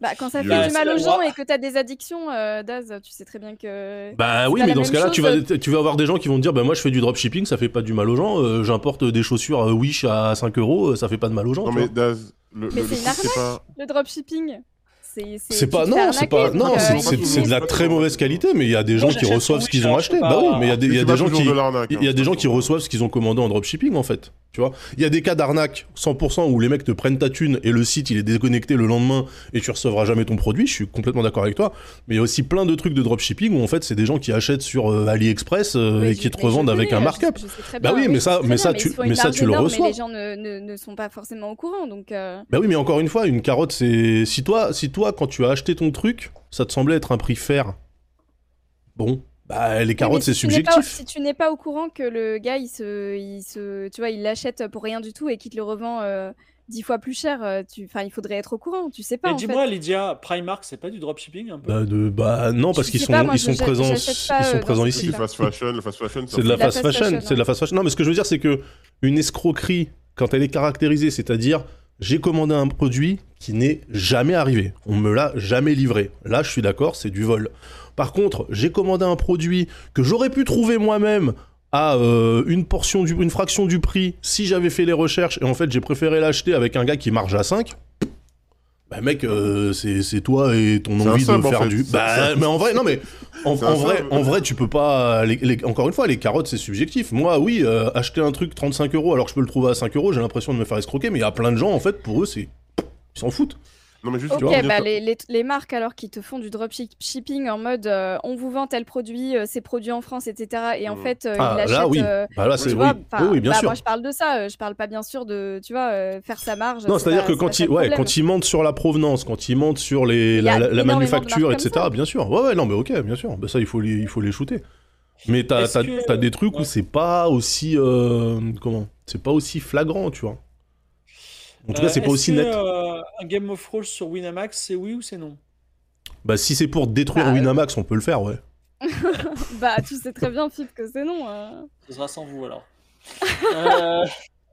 C: bah, quand ça fait
B: Bah,
C: du
A: c'est
C: mal
A: la
C: aux
A: loi.
C: gens et que t'as des addictions, euh, Daz, tu sais très bien que.
D: Bah oui,
C: pas
D: mais
C: la
D: dans ce
C: même
D: cas-là, tu vas
C: chose.
D: tu vas avoir des gens qui vont te dire bah moi je fais du dropshipping, ça fait pas du mal aux gens, euh, j'importe des chaussures euh, Wish à 5 euros, euh, ça fait pas de mal aux gens.
B: Non,
D: tu
B: mais
D: vois.
B: Daz,
C: Mais
B: le, le-
C: c'est
B: le
C: une
B: truc, c'est pas.
C: Le dropshipping, c'est.
D: C'est
C: tu
D: pas
C: te
D: non,
C: fais
D: c'est pas
C: arnaquer,
D: non,
C: donc,
D: c'est-
C: euh,
D: c'est
C: il-
D: c'est de la
B: Moi,
D: très
B: je-
D: mauvaise qualité, mais il y a des gens qui
A: j'achète sur
D: reçoivent ce qu'ils
A: Wish,
D: ont
A: hein, je
D: acheté.
A: sais
D: Bah oui,
A: pas.
D: mais il y a des il y a
B: C'est
D: des
B: pas
D: gens
B: toujours
D: qui
B: de l'arnaque,
D: Il y a
B: hein,
D: des
B: c'est
D: gens
B: pas
D: qui
B: toujours-
D: reçoivent ce qu'ils ont commandé en dropshipping en fait. Tu vois, il y a des cas d'arnaque 100% où les mecs te prennent ta thune et le site il est déconnecté le lendemain et tu recevras jamais ton produit. Je suis complètement d'accord avec toi. Mais il y a aussi plein de trucs de dropshipping où en fait c'est des gens qui achètent sur euh, AliExpress euh,
C: Oui,
D: et
C: je-
D: qui te
C: mais je
D: revendent avec
C: connais,
D: un
C: je-
D: markup.
C: je sais très
D: Bah
C: bien,
D: oui, mais ça-
C: je sais
D: mais
C: très
D: ça,
C: bien,
D: tu-
C: ils se font
D: mais
C: une
D: ça,
C: marge
D: tu le
C: énorme,
D: reçois.
C: Mais les gens ne, ne- ne sont pas forcément au courant, donc. euh,
D: Bah oui, mais encore une fois, une carotte c'est si toi si toi quand tu as acheté ton truc, ça te semblait être un prix fair. Bon, bah les
C: oui, mais
D: carottes c'est
C: si tu n'es pas-
D: subjectif.
C: si tu n'es pas au courant que le gars, il se, il se, tu vois, il l'achète pour rien du tout et qu'il te le revend euh, dix fois plus cher, euh, tu, enfin, il faudrait être au courant. Tu sais pas.
A: Et
C: en fait.
A: dis-moi, Lydia, Primark, c'est pas du dropshipping un peu
D: Bah, de, bah non
C: Je
D: parce
C: sais
D: qu'ils sont
C: pas, moi,
D: ils sont
C: j'achète-
D: présents
C: j'achète pas,
D: ils
C: euh,
D: sont
C: dans
D: présents
C: ce
D: ici.
B: C'est du fast fashion, le fast fashion, ça
D: C'est de la
C: C'est de la
D: fast
C: fast
D: fashion,
C: fashion,
D: c'est de la
C: hein.
D: fast fashion. Non, mais ce que je veux dire, c'est que une escroquerie, quand elle est caractérisée, c'est-à-dire j'ai commandé un produit qui n'est jamais arrivé, on me l'a jamais livré. Là, je suis d'accord, c'est du vol. Par contre, j'ai commandé un produit que j'aurais pu trouver moi-même à euh, une portion du, une fraction du prix si j'avais fait les recherches et en fait j'ai préféré l'acheter avec un gars qui marche à 5 bah mec euh, c'est c'est toi et ton
B: C'est un
D: envie de
B: sub, en
D: faire
B: fait.
D: du
B: C'est-
D: bah
B: c'est-
D: mais en vrai non mais en,
B: C'est
D: en
B: un
D: vrai,
B: sub.
D: en vrai, tu peux pas. les- les- encore une fois, les carottes, c'est subjectif. Moi, oui, euh, acheter un truc
C: Euh,
D: 35 euros alors que je peux le trouver à 5 euros, j'ai l'impression de me faire escroquer, mais il y a plein de gens, en fait, pour eux, c'est. Ils s'en foutent.
B: Non, mais juste
C: Ok,
B: pour revenir
C: bah
B: sur-
C: les, les- les marques alors qui te font du dropshipping en mode euh, on vous vend tel produit, euh, c'est produit en France, etc. Et en
A: Hmm.
B: Mm.
C: fait, euh,
D: Ah,
C: ils
D: là,
C: l'achètent.
D: oui.
C: euh,
D: Bah là,
C: tu
D: c'est oui.
C: vois,
D: oui,
C: enfin,
D: oui, bien
C: bah,
D: sûr.
C: Moi, je parle de ça. euh, Je parle pas bien sûr de, tu vois, euh, faire sa marge.
D: Non,
C: c'est
D: c'est-à-dire
C: pas-
D: que
C: c'est pas
D: quand
C: ça
D: ils,
C: le
D: ouais,
C: problème.
D: quand ils mentent sur la provenance, quand ils mentent sur les,
C: Il y a
D: la, la- la
C: énormément de
D: manufacture,
C: marques comme
D: etc., bien sûr. Ouais, ouais, non, mais ok, bien sûr. Bah, ça, il faut les, il faut les shooter. Mais t'as,
A: Est-ce
D: t'as-
A: que-
D: t'as des trucs où
A: Ouais.
D: c'est pas aussi. euh, comment C'est pas aussi flagrant, tu vois. En tout cas,
A: Euh,
D: c'est pas
A: est-ce
D: aussi
A: que,
D: net.
A: euh, un Game of Thrones sur Winamax, c'est oui ou c'est non
D: Bah, si c'est pour détruire
C: Bah, euh,
D: Winamax, on peut le faire, ouais.
C: Bah, tu sais très bien, Philippe, que c'est non. hein.
A: Ce sera sans vous alors. Euh,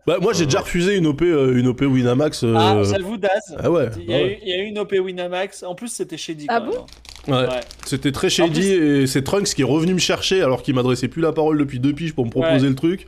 D: Bah, moi, j'ai
B: Euh,
D: déjà refusé une OP, euh, une OP Winamax. euh,
A: Ah, j'avoue, Daz.
D: ah ouais.
A: Il
D: ah
A: y, a
D: ouais.
A: eu, il y a eu une OP Winamax. En plus, c'était shady.
C: Ah
A: quand
C: bon
A: même, hein.
D: Ouais.
A: Ouais.
D: C'était très shady
A: plus-
D: et c'est Trunks qui est revenu me chercher alors qu'il m'adressait plus la parole depuis deux piges pour me proposer le truc.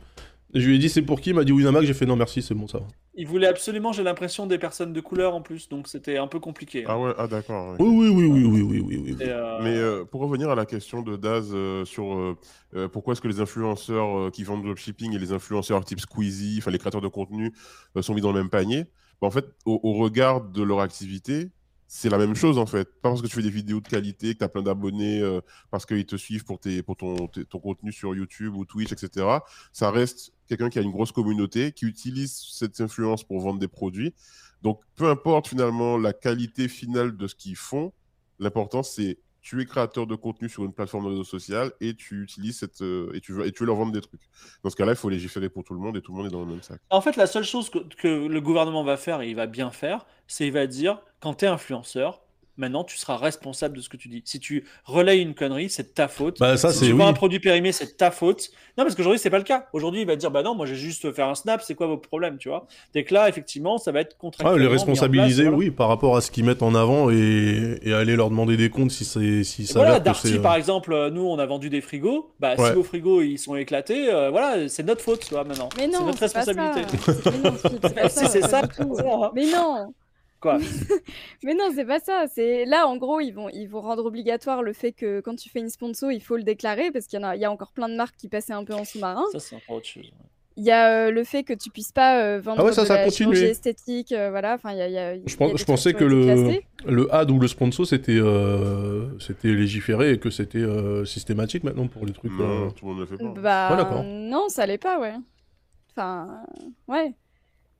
D: Et Je lui ai dit c'est pour qui Il m'a dit Winamax. J'ai fait non merci, c'est bon ça va.
A: Il voulait absolument, j'ai l'impression, des personnes de couleur en plus, donc c'était un peu compliqué. hein.
B: Ah ouais, ah d'accord. ouais.
D: Oui, oui, oui, oui, oui, oui, oui. oui,
A: Et, euh,
B: Mais euh, pour revenir à la question de Daz euh, sur euh, euh, pourquoi est-ce que les influenceurs euh, qui vendent du dropshipping et les influenceurs type Squeezie, enfin les créateurs de contenu, euh, sont mis dans le même panier, Bah, en fait, au, au regard de leur activité, c'est la même chose en fait. Pas parce que tu fais des vidéos de qualité, que tu as plein d'abonnés, euh, parce qu'ils te suivent pour, tes, pour ton, tes- ton contenu sur YouTube ou Twitch, etc. Ça reste quelqu'un qui a une grosse communauté, qui utilise cette influence pour vendre des produits. Donc, peu importe finalement la qualité finale de ce qu'ils font, l'important c'est tu es créateur de contenu sur une plateforme de réseau social et tu utilises cette euh, et tu veux et tu veux leur vendre des trucs. Dans ce cas-là, il faut légiférer pour tout le monde et tout le monde est dans le même sac.
A: En fait, la seule chose que, que le gouvernement va faire, et il va bien faire, c'est il va dire, quand tu es influenceur, maintenant tu seras responsable de ce que tu dis. Si tu relayes une connerie, c'est de ta faute.
D: Bah ça
A: si
D: c'est
A: tu
D: oui.
A: vends un produit périmé, c'est de ta faute. Non, parce qu'aujourd'hui, c'est pas le cas. Aujourd'hui, il va dire, bah non, moi, j'ai juste fait un snap, c'est quoi vos problèmes, tu vois Dès que là, effectivement, ça va être
D: Ah,
A: contractuellement
D: les
A: mis en
D: responsabiliser,
A: place, voilà.
D: oui, par rapport à ce qu'ils mettent en avant et, et aller leur demander des comptes si c'est si
A: Et
D: ça
A: voilà,
D: a que
A: Darty,
D: c'est. euh,
A: par exemple, euh, nous, on a vendu des frigos. Bah,
D: Ouais.
A: si vos frigos, ils sont éclatés, euh, voilà, c'est notre faute, tu vois, maintenant.
C: Mais non,
A: c'est notre
C: pas ça.
A: responsabilité.
C: Mais non, Philippe, c'est pas
A: si c'est
C: pas
A: ça,
C: du tout.
A: c'est ça, hein.
C: Mais non.
A: Quoi
C: Mais non, c'est pas ça. C'est là, en gros, ils vont, ils vont rendre obligatoire le fait que quand tu fais une sponsor, il faut le déclarer parce qu'il y en a, il y a encore plein de marques qui passaient un peu en sous-marin.
A: Ça, c'est encore autre chose.
C: Il y a euh, le fait que tu puisses pas euh, vendre
D: Ah ouais, ça,
C: de
D: ça
C: la
D: a continué.
C: chirurgie esthétique, euh, voilà. Enfin, il y a, il y a- il y a
D: pense-
C: des trucs
D: je
C: euh,
D: pensais
C: qui ont
D: que
C: été
D: le-
C: classés.
D: Le ad ou le sponsor c'était euh, c'était légiféré et que c'était euh, systématique maintenant pour les trucs. euh,
B: Non, tout le monde ne le fait pas.
C: Bah
D: Ouais, d'accord.
C: non, ça l'est pas, ouais. Enfin, euh, ouais.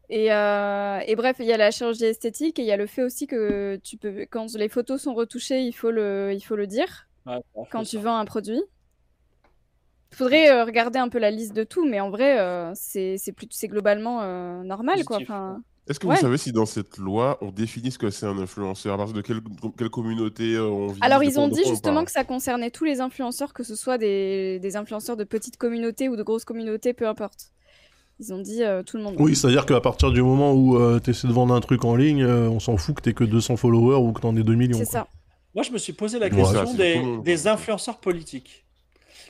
C: Et, euh, et bref, il y a la chirurgie esthétique et il y a le fait aussi que tu peux, quand les photos sont retouchées, il faut le, il faut le dire.
A: Ouais, c'est affreux,
C: quand
A: ça.
C: tu vends un produit. Faudrait euh, regarder un peu la liste de tout, mais en vrai, euh, c'est c'est plus- c'est globalement euh, normal, quoi.
A: Positif,
C: Enfin,
B: Est-ce que
C: Ouais.
B: vous savez si dans cette loi, on définit ce que c'est un influenceur À partir de quelle, quelle communauté euh, on vit
C: Alors,
B: de
C: ils
B: quoi-
C: ont
B: de
C: dit
B: quoi on
C: justement
B: parle
C: que ça concernait tous les influenceurs, que ce soit des, des influenceurs de petites communautés ou de grosses communautés, peu importe. Ils ont dit euh, tout le monde.
D: Oui, c'est-à-dire qu'à partir du moment où euh, t'essaies de vendre un truc en ligne, euh, on s'en fout que t'aies que 200 followers ou que t'en aies 2 millions.
C: c'est
D: quoi.
C: ça.
A: Moi, je me suis posé la
D: Ouais,
A: question
B: ça, c'est
A: des,
B: tout le monde.
A: des influenceurs politiques.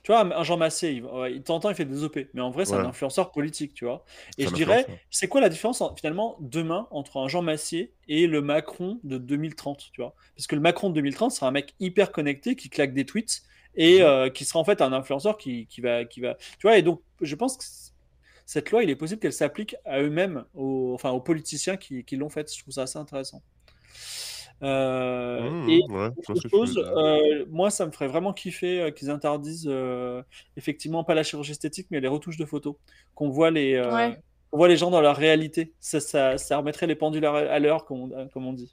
A: Tu vois, un Jean Massé, il, ouais, il t'entend, il fait des OP, mais en vrai, c'est un
B: Ouais.
A: influenceur politique, tu vois. Et je
B: C'est un
A: dirais,
B: influenceur.
A: c'est quoi la différence en- finalement demain entre un Jean Massé et le Macron de 2030, tu vois Parce que le Macron de 2030 sera un mec hyper connecté qui claque des tweets et
B: Mhm.
A: euh, qui sera en fait un influenceur qui, qui va, qui va, tu vois. Et donc, je pense que c- cette loi, il est possible qu'elle s'applique à eux-mêmes, aux, enfin aux politiciens qui, qui l'ont faite. Je trouve ça assez intéressant. Euh,
B: Mmh,
A: et
B: ouais, je vois ce
A: autre
B: que tu veux
A: chose,
B: dire.
A: euh, moi, ça me ferait vraiment kiffer euh, qu'ils interdisent euh, effectivement pas la chirurgie esthétique, mais les retouches de photos. Qu'on voit les, euh,
C: Ouais.
A: on voit les gens dans leur réalité. Ça, ça, ça remettrait les pendules à à l'heure, comme, on- euh, comme on dit.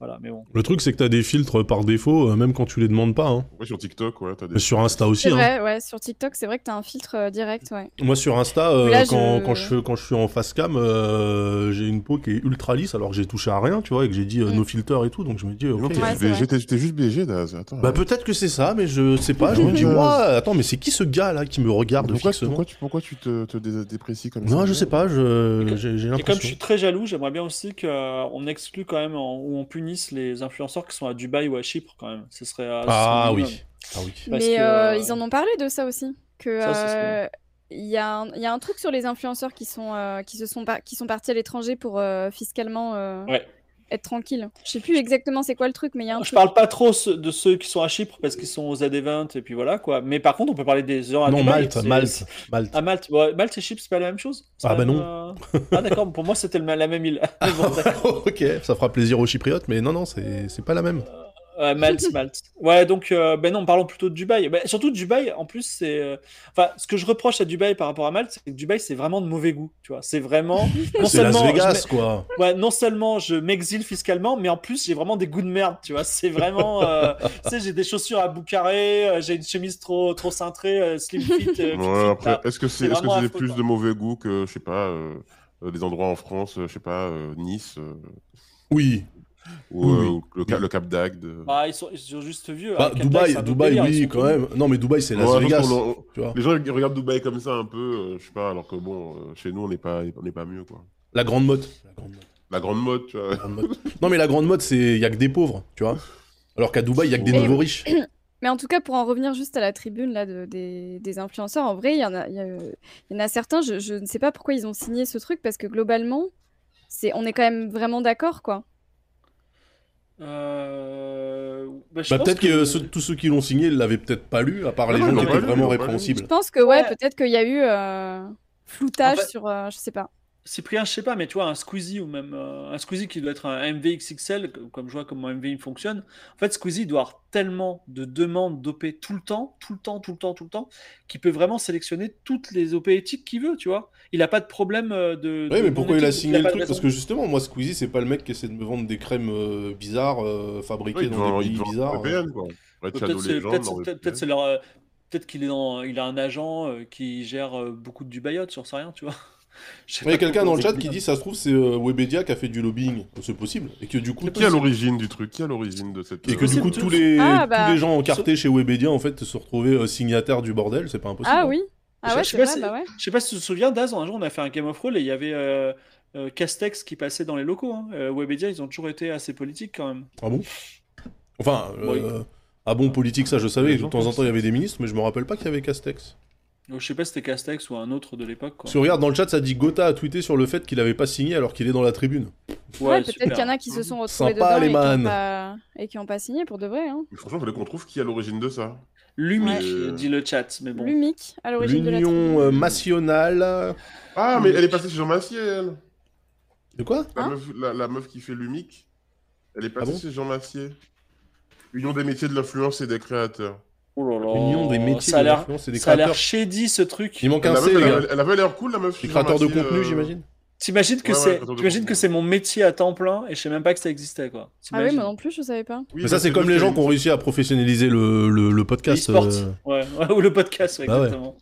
A: Voilà, mais bon.
D: Le truc, c'est que t'as des filtres par défaut, euh, même quand tu les demandes pas. Hein.
B: Ouais, sur TikTok, ouais, t'as des.
D: Mais Sur Insta aussi.
C: C'est
D: hein.
C: vrai, ouais. Sur TikTok, c'est vrai que t'as un filtre euh, direct, ouais.
D: Moi, sur Insta, euh,
C: Là,
D: quand,
C: je-
D: quand je... fais- quand je suis en face cam, euh, j'ai une peau qui est ultra lisse alors que j'ai touché à rien, tu vois, et que j'ai dit euh,
C: Mm.
D: nos filters et tout, donc je me dis, euh,
B: Non,
D: ok.
B: t'es
C: Ouais,
B: juste
C: c'est
B: BG, t'es- t'es juste BG, Daz. Attends.
D: Bah
B: ouais.
D: peut-être que c'est ça, mais je sais pas. Je me dis, ouah, attends, mais c'est qui ce gars là qui me regarde
B: pourquoi,
D: fixement
B: pourquoi tu, pourquoi tu te, te dé- déprécies comme ça
D: hein. Non, je sais pas.
A: Et
D: Je
A: comme-
D: j'ai j'ai
A: Et comme je
D: l'impression.
A: suis très jaloux, j'aimerais bien aussi qu'on exclue quand même, en- ou on punisse les influenceurs qui sont à Dubaï ou à Chypre quand même. Ce serait, euh, ce serait
D: Ah
A: minimum.
D: oui. Ah oui.
A: Parce
C: mais
A: que,
C: euh,
A: euh,
C: ils en ont parlé de ça aussi. Que
A: Ça, c'est ce que-
C: euh, il y, a un- il y a un truc sur les influenceurs qui sont, euh, qui se sont, par- qui sont partis à l'étranger pour euh, fiscalement euh,
A: Ouais.
C: être tranquille. Je sais plus exactement c'est quoi le truc, mais il y a un
A: Je
C: truc.
A: parle pas trop ce- de ceux qui sont à Chypre parce qu'ils sont aux AD20 et puis voilà quoi. Mais par contre, on peut parler des gens à
D: Non,
A: Dubaï,
D: Malte,
A: c'est-
D: Malte, Malte.
A: À Malte, ouais, Malte et Chypre, c'est pas la même chose C'est
D: Ah
A: pas
D: bah
A: la même, euh, Ah d'accord, pour moi c'était le- la même île. Mais bon, d'accord.
D: ok, ça fera plaisir aux Chypriotes, mais non, non, c'est c'est pas la même.
A: Ouais, Malte, Malte. Ouais, donc, euh, ben non, parlons plutôt de Dubaï. Ben, surtout, Dubaï, en plus, c'est. euh, Enfin, ce que je reproche à Dubaï par rapport à Malte, c'est que Dubaï, c'est vraiment de mauvais goût. Tu vois, c'est vraiment. non
D: C'est Las
A: seulement, je
D: Vegas, quoi.
A: Ouais, non seulement je m'exile fiscalement, mais en plus j'ai vraiment des goûts de merde, tu vois. C'est vraiment, euh, tu sais, j'ai des chaussures à bout carré, euh, j'ai une chemise trop trop cintrée, euh, slim fit. euh, qui
B: Ouais,
A: fit,
B: après,
A: là.
B: est-ce que
A: c'est
B: c'est est -ce
A: vraiment affreux,
B: plus
A: quoi.
B: de mauvais goût que, je sais pas, euh, euh, des endroits en France, euh, je sais pas, euh, Nice euh,
D: Oui.
B: ou,
D: Oui,
B: euh,
D: oui.
B: ou le, Ca- le Cap d'Agde euh.
A: Bah, ils sont, ils sont juste vieux.
D: Bah,
A: hein, Captain,
D: Dubaï,
A: c'est un autre
D: Dubaï,
A: délire, ils
D: oui,
A: sont
D: quand
A: connus.
D: même. Non, mais Dubaï, c'est Las
B: Ouais, je pense
D: Vegas.
B: qu'on- on-
D: Tu vois.
B: Les gens ils regardent Dubaï comme ça un peu, euh, je sais pas, alors que bon, euh, chez nous on n'est pas, on n'est pas mieux quoi.
D: La grande mode. La grande mode.
B: La grande mode, tu vois.
D: la grande mode. non, mais la grande mode, c'est il y a que des pauvres, tu vois. Alors qu'à Dubaï, il y a que des
B: Ouais.
D: nouveaux riches.
C: Mais en tout cas, pour en revenir juste à la tribune là, de- des, des influenceurs, en vrai, il y, en a- il y a- il y en a certains, je, je ne sais pas pourquoi ils ont signé ce truc, parce que globalement, c'est on est quand même vraiment d'accord, quoi.
A: Euh, bah, je
D: Bah,
A: pense
D: peut-être que,
A: que-
D: ceux- tous ceux qui l'ont signé ils l'avaient peut-être pas lu, à part
B: Ah
D: les
B: non, ils
D: gens qui
B: l'ont
D: étaient
B: pas lu,
D: vraiment
B: ils l'ont pas lu.
D: répréhensibles.
C: Je pense que, ouais,
A: Ouais.
C: peut-être qu'il y a eu euh, floutage
A: En fait-
C: sur. euh, je sais pas.
A: Cyprien, je sais pas, mais tu vois, un Squeezie ou même euh, un Squeezie qui doit être un MVXXL, co- comme je vois comment MVI fonctionne. En fait, Squeezie il doit avoir tellement de demandes d'OP tout le temps, tout le temps, tout le temps, tout le temps, qu'il peut vraiment sélectionner toutes les OP éthiques qu'il veut, tu vois. Il a pas de problème euh, de.
D: Oui,
A: de
D: mais pourquoi il a
A: non-éthique,
D: signé le
A: pas de
D: truc
A: raison.
D: Parce que justement, moi, Squeezie, c'est pas le mec qui essaie de me vendre des crèmes euh, bizarres, euh, fabriquées
B: Ouais, ils
D: dans
B: devant-
D: des
B: ils
D: pays
B: devant
D: bizarres.
B: européenne, quoi. Red Shadow
A: Peut-être c'est-
B: Legends,
A: peut-être-
B: européenne.
A: peut-être- peut-être c'est leur, euh, peut-être qu'il est dans, il a un agent euh, qui gère euh, beaucoup de Dubaïote, j'en sais rien, tu vois. Je sais
D: Il y a
A: pas
D: quelqu'un
A: comment
D: dans
A: vous
D: le chat qui
A: expliquer.
D: dit ça se trouve c'est euh, Webedia qui a fait du lobbying, c'est possible, et que du coup,
B: Qui est à l'origine du truc Qui est à l'origine de cette.
D: et
B: euh,
D: que du
A: possible,
D: coup
A: tout-
D: tous les,
C: Ah,
D: tous
C: bah.
D: les gens encartés chez Webedia en fait se retrouvaient euh, signataires du bordel, c'est pas impossible.
C: Ah
D: hein.
C: oui Ah
A: Je-
C: ouais,
A: je sais
C: c'est
A: pas
C: vrai,
A: si-
C: bah ouais.
A: Je sais pas si tu te souviens, Daz, un jour on a fait un Game of Roll et il y avait euh, euh, Castex qui passait dans les locaux. hein. Euh, Webedia, ils ont toujours été assez politiques quand même.
D: Ah bon Enfin,
A: Oui.
D: euh, ah bon politique ça je savais,
B: Les
D: de
B: gens
D: temps en
B: pensent-
D: temps il y avait des ministres, mais je me rappelle pas qu'il y avait Castex.
A: Donc, je sais pas si c'était Castex ou un autre de l'époque. quoi.
D: Si on regarde dans le chat, ça dit Gotha a tweeté sur le fait qu'il avait pas signé alors qu'il est dans la tribune.
C: Ouais, peut-être qu'il y en a qui se sont retrouvés
D: Sympa,
C: dedans
D: les
C: et qui ont
D: man.
C: pas- et qui n'ont pas signé pour de vrai. Hein.
B: mais Franchement, il fallait qu'on trouve qui est à l'origine de ça.
A: Lumic,
B: Ouais.
A: euh, dit le chat, mais bon.
C: Lumic, à l'origine de la tribune.
D: L'Union euh, nationale.
B: Ah, mais elle est passée chez Jean Massier, elle.
D: De quoi
B: La,
C: Hein
B: meuf, la, la meuf qui fait l'UMIC. Elle est passée
D: Ah bon
B: chez Jean Massier. Union des métiers de l'influence et des créateurs.
A: Oh là là.
D: L'Union des métiers
A: ça a
D: de
A: l'air,
D: l'influence et des
A: ça a l'air
D: créateurs.
A: shady ce truc.
D: Il manque
B: La
D: un
B: meuf,
D: C,
B: elle,
D: les gars.
B: avait- elle avait l'air cool, la meuf.
D: Les
B: chez Jean
D: créateurs de
B: Massier,
D: contenu,
B: euh,
D: j'imagine.
A: T'imagines que
B: Ouais, ouais,
A: c'est,
B: attends,
A: t'imagines
B: attends.
A: que c'est mon métier à temps plein et je sais même pas que ça existait quoi.
C: Ah oui,
A: T'imagines
C: moi non plus, je savais pas.
B: Oui,
D: Mais ça, c'est comme
B: juste
D: les gens
B: une-
D: qui ont réussi à professionnaliser le, le, le
A: Le
D: podcast.
A: e-sport.
D: euh,
A: Ouais, ouais, ou le podcast, ouais,
D: Bah ouais.
A: exactement.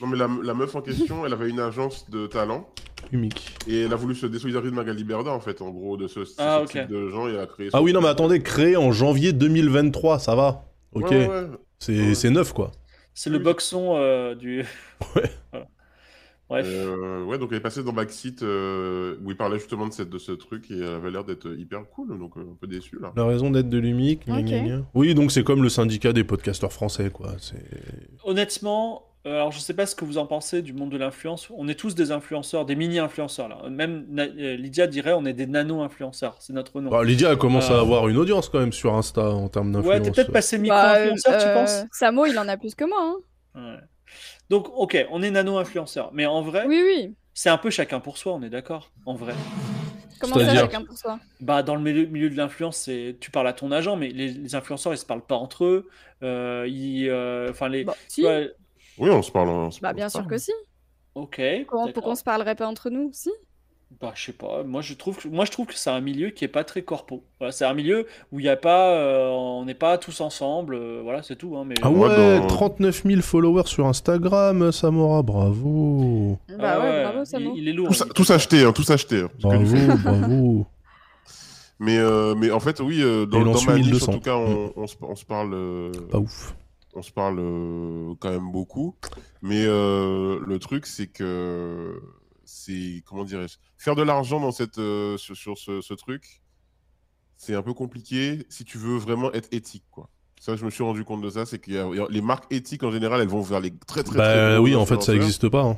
B: Non, mais la, la meuf en question, elle avait une agence de talent
D: Humic.
B: et elle a voulu se désolidariser de Magali Berda, en fait, en gros, de ce, ce
A: Ah, ok.
B: type de gens et elle a créé.
D: Ah
B: son-
D: oui, non, mais attendez, créé en janvier 2023, ça va.
B: Ouais,
D: Ok,
B: ouais, ouais.
D: c'est
B: ouais.
D: c'est neuf quoi.
A: C'est le
B: Oui.
A: boxon euh, du.
D: Ouais.
A: Voilà. Bref.
B: Euh, ouais, donc elle est passée dans Backseat euh, où il parlait justement de, cette, de ce truc et elle avait l'air d'être hyper cool, donc euh, un peu déçu là.
D: La raison d'être de l'Humic. gna,
C: Ok.
D: gna, gna. Oui, donc c'est comme le syndicat des podcasteurs français quoi. c'est-
A: Honnêtement, euh, alors je sais pas ce que vous en pensez du monde de l'influence. On est tous des influenceurs, des mini-influenceurs là. Même na- euh, Lydia dirait on est des nano-influenceurs, c'est notre nom.
D: Bah, Lydia elle commence à
A: Euh.
D: avoir une audience quand même sur Insta en termes
A: ouais,
D: d'influence.
A: t'es peut-être passé
C: Bah,
A: micro-influenceur, tu
C: euh,
A: penses
C: Samo, il en a plus que moi. Hein.
A: Ouais. Donc, ok, on est nano-influenceurs, mais en vrai,
C: Oui, oui.
A: c'est un peu chacun pour soi, on est d'accord En vrai.
C: Comment ça,
D: C'est-à-dire
C: chacun pour soi
A: Bah, dans le milieu, milieu de l'influence, c'est tu parles à ton agent, mais les, les influenceurs ils se parlent pas entre eux. Euh, ils, euh, enfin les.
C: Bah,
A: tu
C: si.
A: vois,
B: Oui, on se parle. on se-
C: Bah,
B: on
C: bien
B: se
C: sûr
B: parle.
C: que si.
A: ok.
C: Comment,
A: d'accord.
C: pourquoi on se parlerait pas entre nous Si.
A: Bah, je sais pas. Moi, je trouve que, moi, je trouve que c'est un milieu qui est pas très corpo. Voilà, c'est un milieu où il y a pas, euh, on n'est pas tous ensemble. euh, voilà, c'est tout. hein, mais
D: Ah
B: Moi,
D: ouais,
B: dans-
D: 39 000 followers sur Instagram, Samora, bravo.
C: Bah
A: Ah
C: ouais,
A: ouais,
C: bravo,
A: il,
C: Samo.
A: il est lourd.
B: Tous,
A: lui.
B: tous achetés, hein, tous achetés. hein, parce que
D: Bravo,
B: du-
D: bravo.
B: mais, euh, mais en fait, oui, euh, dans,
D: Et il en
B: dans
D: suit
B: ma niche,
D: 1200.
B: en tout cas,
D: Mm.
B: on, on se, on se parle, euh,
D: Pas ouf.
B: on se parle euh, quand même beaucoup. Mais euh, le truc, c'est que c'est comment dirais-je, faire de l'argent dans cette euh, sur, sur ce, ce truc, c'est un peu compliqué si tu veux vraiment être éthique, quoi. Ça, je me suis rendu compte de ça, c'est que les marques éthiques en général, elles vont vers les très très. très
D: Bah
B: gros
D: oui, en fait ça
B: influenceurs.
D: existe pas. hein.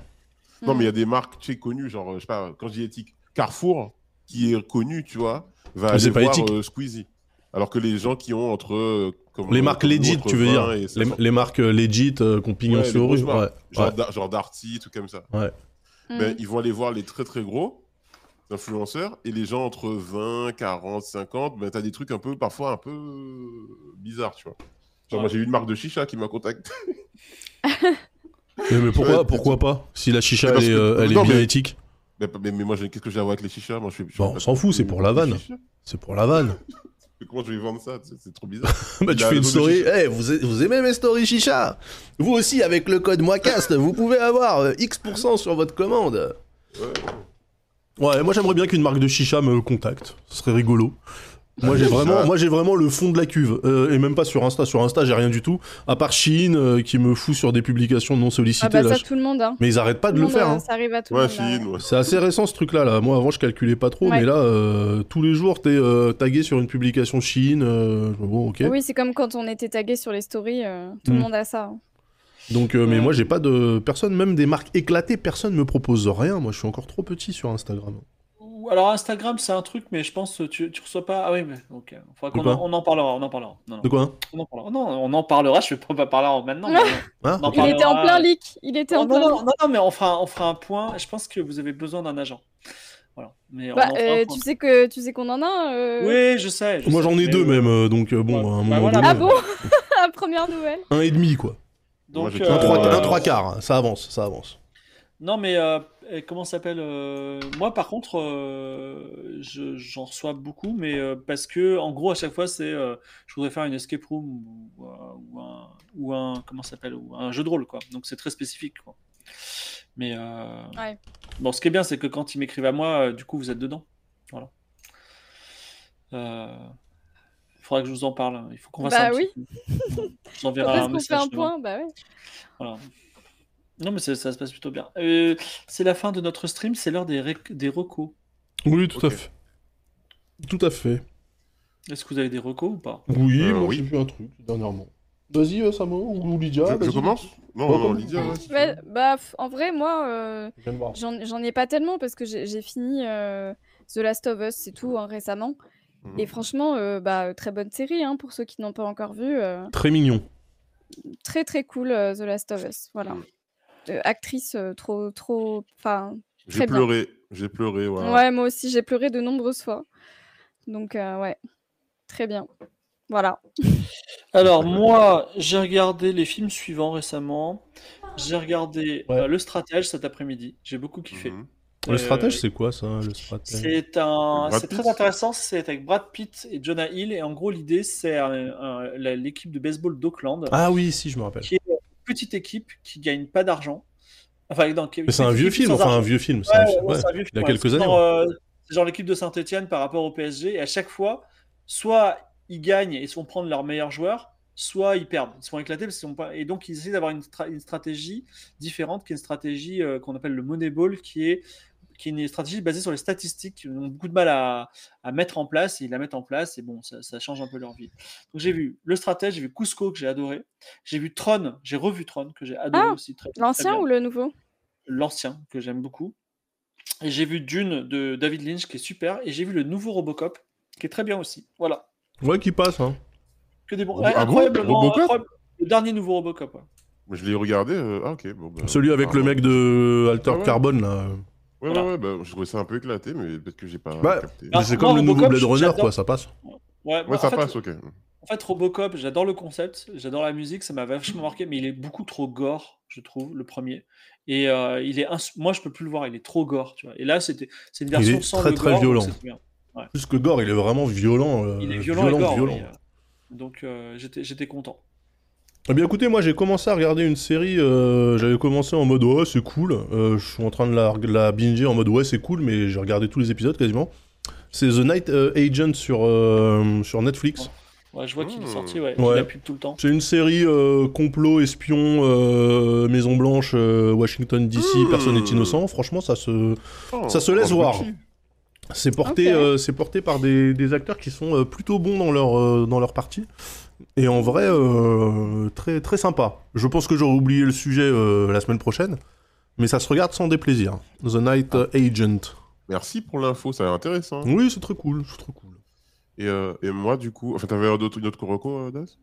B: Non,
C: Mm.
B: euh, mais il y a des marques, tu sais, connues, genre, euh, je sais pas, quand je dis éthique, Carrefour, qui est connu, tu vois, va
D: Mais Ah, c'est
B: aller
D: pas
B: voir
D: éthique.
B: euh, Squeezie. Alors que les gens qui ont entre. euh, comme-
D: Les marques
B: comme nous,
D: legit,
B: entre
D: tu veux
B: 20
D: dire.
B: et
D: Les,
B: 60,
D: les marques euh, legit, euh, qu'on pignon
B: Ouais, les
D: sur rue.
B: grosses marques.
D: Ouais,
B: Genre,
D: ouais.
B: d'A- genre Darty, tout comme ça. Ben,
C: Mm.
B: ils vont aller voir les très très gros influenceurs et les gens entre 20, 40, 50, ben, t'as des trucs un peu, parfois un peu euh, bizarres, tu vois. Genre, moi j'ai eu une marque de chicha qui m'a contacté.
D: Mais, mais pourquoi,
B: Ouais,
D: pourquoi pas Si la chicha,
B: Mais
D: elle
B: parce
D: est,
B: que-
D: euh, elle est
B: non,
D: bien
B: mais-
D: éthique.
B: Mais, mais, mais moi, j'ai- qu'est-ce que j'ai à voir avec les chichas Moi, je suis. je suis
D: Bon, on
B: pas-
D: s'en fout, c'est pour la vanne.
B: Chicha
D: C'est pour la vanne.
B: Mais Comment je vais vendre ça C'est c'est trop bizarre.
D: bah, tu
B: Il a
D: fais
B: le
D: une
B: dos de
D: story.
B: chicha.
D: Eh, vous, vous aimez mes stories chicha Vous aussi, avec le code MOICAST, vous pouvez avoir euh, X% sur votre commande.
B: Ouais.
D: Ouais, moi j'aimerais bien qu'une marque de chicha me contacte. Ce serait rigolo. Moi j'ai
B: Ah,
D: vraiment,
B: ça.
D: moi j'ai vraiment le fond de la cuve Euh, et même pas sur Insta. Sur Insta j'ai rien du tout à part Shein euh, qui me fout sur des publications non sollicitées.
C: Ah bah
D: là.
C: ça, tout le monde. Hein.
D: Mais ils arrêtent pas de
C: Tout
D: le
C: monde,
D: faire.
C: euh,
D: hein.
C: Ça arrive à tout le
B: Ouais,
C: monde. là, ouais.
B: Chine, ouais.
D: C'est assez récent ce truc là, là. Moi avant je calculais pas trop,
C: Ouais.
D: mais là euh, tous les jours t'es euh, tagué sur une publication Shein. euh, bon ok.
C: Oui, c'est comme quand on était tagué sur les stories. euh, tout
D: Mm.
C: le monde a ça. hein.
D: Donc, euh, mais
C: Ouais.
D: moi, j'ai pas de personne, même des marques éclatées, personne me propose rien. Moi, je suis encore trop petit sur Instagram.
A: Ou- Alors Instagram, c'est un truc, mais je pense que tu, tu reçois pas. Ah oui, mais donc euh, faudra
D: De
A: qu'on
D: quoi
A: en, on en parlera, on en parlera. Non, non,
D: De quoi hein
A: on en parlera. Non, on en parlera. Je vais pas, pas parler en- maintenant.
C: Non.
A: mais-
D: Hein
A: Non,
D: Ok.
A: Ah,
C: Il était en
A: ouais.
C: plein leak. Il était en
A: non,
C: plein
A: non,
C: leak.
A: non, non, mais on fera, on fera un point. Je pense que vous avez besoin d'un agent. Voilà. Mais on
C: Bah,
A: en fera
C: euh,
A: un point.
C: tu sais que tu sais qu'on en a un. euh,
A: Oui, je sais. je
D: Moi,
A: sais,
D: j'en ai
A: mais,
D: deux
A: euh,
D: même, euh, donc euh, bon,
A: bah,
D: à un
A: bah
D: moment
A: voilà.
D: donné, euh,
C: Ah bon Première nouvelle.
D: un et demi quoi.
A: Donc,
B: Moi, j'ai
A: euh,
B: qu'un
D: Un trois,
B: Euh,
D: un trois quarts, ça avance, ça avance.
A: Non, mais euh, euh, comment ça s'appelle euh, Moi, par contre, euh, je- j'en reçois beaucoup, mais euh, parce que, en gros, à chaque fois, c'est euh, je voudrais faire une escape room ou, euh, ou un, ou un- comment ça s'appelle ou un jeu de rôle, quoi. Donc, c'est très spécifique, quoi. Mais euh,
C: Ouais.
A: bon, ce qui est bien, c'est que quand ils m'écrivent à moi, euh, du coup, vous êtes dedans. Voilà. Euh, Il faudra que je vous en parle. hein. Il faut qu'on fasse
C: Bah
A: un
C: oui.
A: petit- Bon, Ah, Je vous enverrai
C: Est-ce
A: un
C: qu'on fait
A: message.
C: un
A: demain.
C: point Bah ouais.
A: Voilà. Non, mais ça, ça se passe plutôt bien. Euh, c'est la fin de notre stream, c'est l'heure des, rec- des recos.
D: Oui, tout à
B: Ok.
D: fait. Tout à fait.
A: Est-ce que vous avez des recos ou pas
D: Oui,
B: Euh,
D: moi
B: oui.
D: j'ai vu un truc dernièrement. Vas-y, euh, Samo ou, ou Lydia.
B: Je- je
D: vas-y.
B: commence Non,
D: Ouais,
B: non,
D: comme-
B: Lydia, ouais, si tu
C: Ouais,
B: veux.
C: bah, f- en vrai, moi, euh,
D: Je viens de voir.
C: j'en j'en ai pas tellement parce que j'ai j'ai fini euh, The Last of Us, c'est tout, hein, récemment.
B: Mhm.
C: Et franchement, euh, bah, très bonne série, hein, pour ceux qui n'ont pas encore vu. euh,
D: Très mignon.
C: très, très cool, euh, The Last of Us. Voilà.
B: Mhm.
C: Euh, actrice, euh, trop, trop. Enfin,
B: J'ai
C: très bien.
B: pleuré, j'ai pleuré, voilà.
C: ouais, moi aussi, j'ai pleuré de nombreuses fois. Donc, euh, ouais, très bien. Voilà.
A: Alors, moi, j'ai regardé les films suivants récemment. J'ai regardé
D: Ouais.
A: euh, Le Stratège cet après-midi. J'ai beaucoup kiffé.
B: Mhm.
D: Le
A: Euh,
D: stratège, c'est quoi ça Le stratège.
A: C'est un,
B: Brad
A: c'est
B: Pitt
A: très intéressant. C'est avec Brad Pitt et Jonah Hill. Et en gros, l'idée, c'est euh, euh, la- l'équipe de baseball d'Auckland,
D: Ah oui, si, je me rappelle.
A: qui est une petite équipe qui gagne pas d'argent. Enfin, non, qui-
D: Mais c'est un
A: petite
D: vieux
A: équipe
D: film,
A: sans
D: enfin
A: argent.
D: un vieux film. c'est
A: Ouais,
D: un
A: ouais,
D: fi-
A: ouais,
D: ouais.
A: c'est un vieux film,
D: il y a
A: ouais.
D: quelques
A: C'est
D: années,
A: genre, euh, c'est genre l'équipe de Saint-Etienne par rapport au PSG. Et à chaque fois, soit ils gagnent et se font prendre leurs meilleurs joueurs, soit ils perdent. Ils se font éclater. Parce qu'ils sont pas... Et donc, ils essaient d'avoir une, stra- une stratégie différente, qui est une stratégie euh, qu'on appelle le Moneyball, qui est qui est une stratégie basée sur les statistiques, qu'ils ont beaucoup de mal à, à mettre en place, et ils la mettent en place, et bon, ça, ça change un peu leur vie. Donc j'ai vu Le Stratège, j'ai vu Cusco, que j'ai adoré, j'ai vu Tron, j'ai revu Tron, que j'ai adoré
C: Ah,
A: aussi. très- très
C: L'ancien
A: bien
C: ou le nouveau
A: l'ancien que j'aime beaucoup. Et j'ai vu Dune de David Lynch qui est super. Et j'ai vu le nouveau Robocop qui est très bien aussi. Voilà.
D: Ouais, qui passe. Hein.
A: Que des bons.
B: Ah bon
A: incroyablement-
B: Robocop
A: incroyable. Le dernier nouveau Robocop. ouais.
B: Mais Je l'ai regardé. euh, Ah, ok. Bon, bah,
D: Celui avec le
B: pardon.
D: mec de Alter
B: Ah ouais.
D: Carbone là.
B: Ouais,
A: Voilà.
B: ouais, ouais, bah, je trouvais ça un peu éclaté, mais peut-être que j'ai pas
D: Bah,
B: capté.
A: Ah,
D: Mais c'est
A: moi,
D: comme le nouveau
A: Robocop,
D: Blade Runner,
A: j'adore.
D: quoi, ça passe.
A: Ouais,
B: Ouais,
A: bah,
B: ça
A: en, fait,
B: passe, ok.
A: en fait, Robocop, j'adore le concept, j'adore la musique, ça m'a vachement marqué, mais il est beaucoup trop gore, je trouve, le premier. Et euh, il est ins- moi, je peux plus le voir, il est trop gore. Tu vois. Et là, c'était c'est une
D: Il est
A: version sans
D: très,
A: le
D: très
A: gore, donc
D: violent.
A: c'est bien.
D: Plus que gore, il est vraiment violent. euh,
A: Il est violent, et gore.
D: violent.
A: ouais, euh, donc euh, j'étais j'étais content.
D: Eh bien écoutez, moi j'ai commencé à regarder une série, euh, j'avais commencé en mode ouais c'est cool, Euh, je suis en train de la, de la binger en mode ouais c'est cool, mais j'ai regardé tous les épisodes quasiment. C'est The Night euh, Agent sur, euh, sur Netflix.
A: Ouais, je vois qu'il est
B: Hmm.
A: sorti, ouais,
D: Ouais.
A: il appuie tout le temps.
D: C'est une série euh, complot, espion, euh, Maison Blanche, euh, Washington DC,
A: Hmm.
B: Mmh.
D: personne n'est innocent. Franchement ça se,
B: Oh,
D: Ça se laisse
B: oh,
D: voir.
B: Gucci.
D: C'est porté,
C: Ok.
D: euh, c'est porté par des, des acteurs qui sont euh, plutôt bons dans leur, euh, dans leur partie. Et en vrai, euh, très, très sympa. Je pense que j'aurais oublié le sujet euh, la semaine prochaine. Mais ça se regarde sans
C: Ah.
D: déplaisir. The Night euh, Agent.
B: Merci pour l'info, ça a l'air intéressant.
D: Oui, c'est très cool. C'est très cool.
B: Et, euh, et moi, du coup, enfin, t'avais un autre- une autre reco, euh, Daz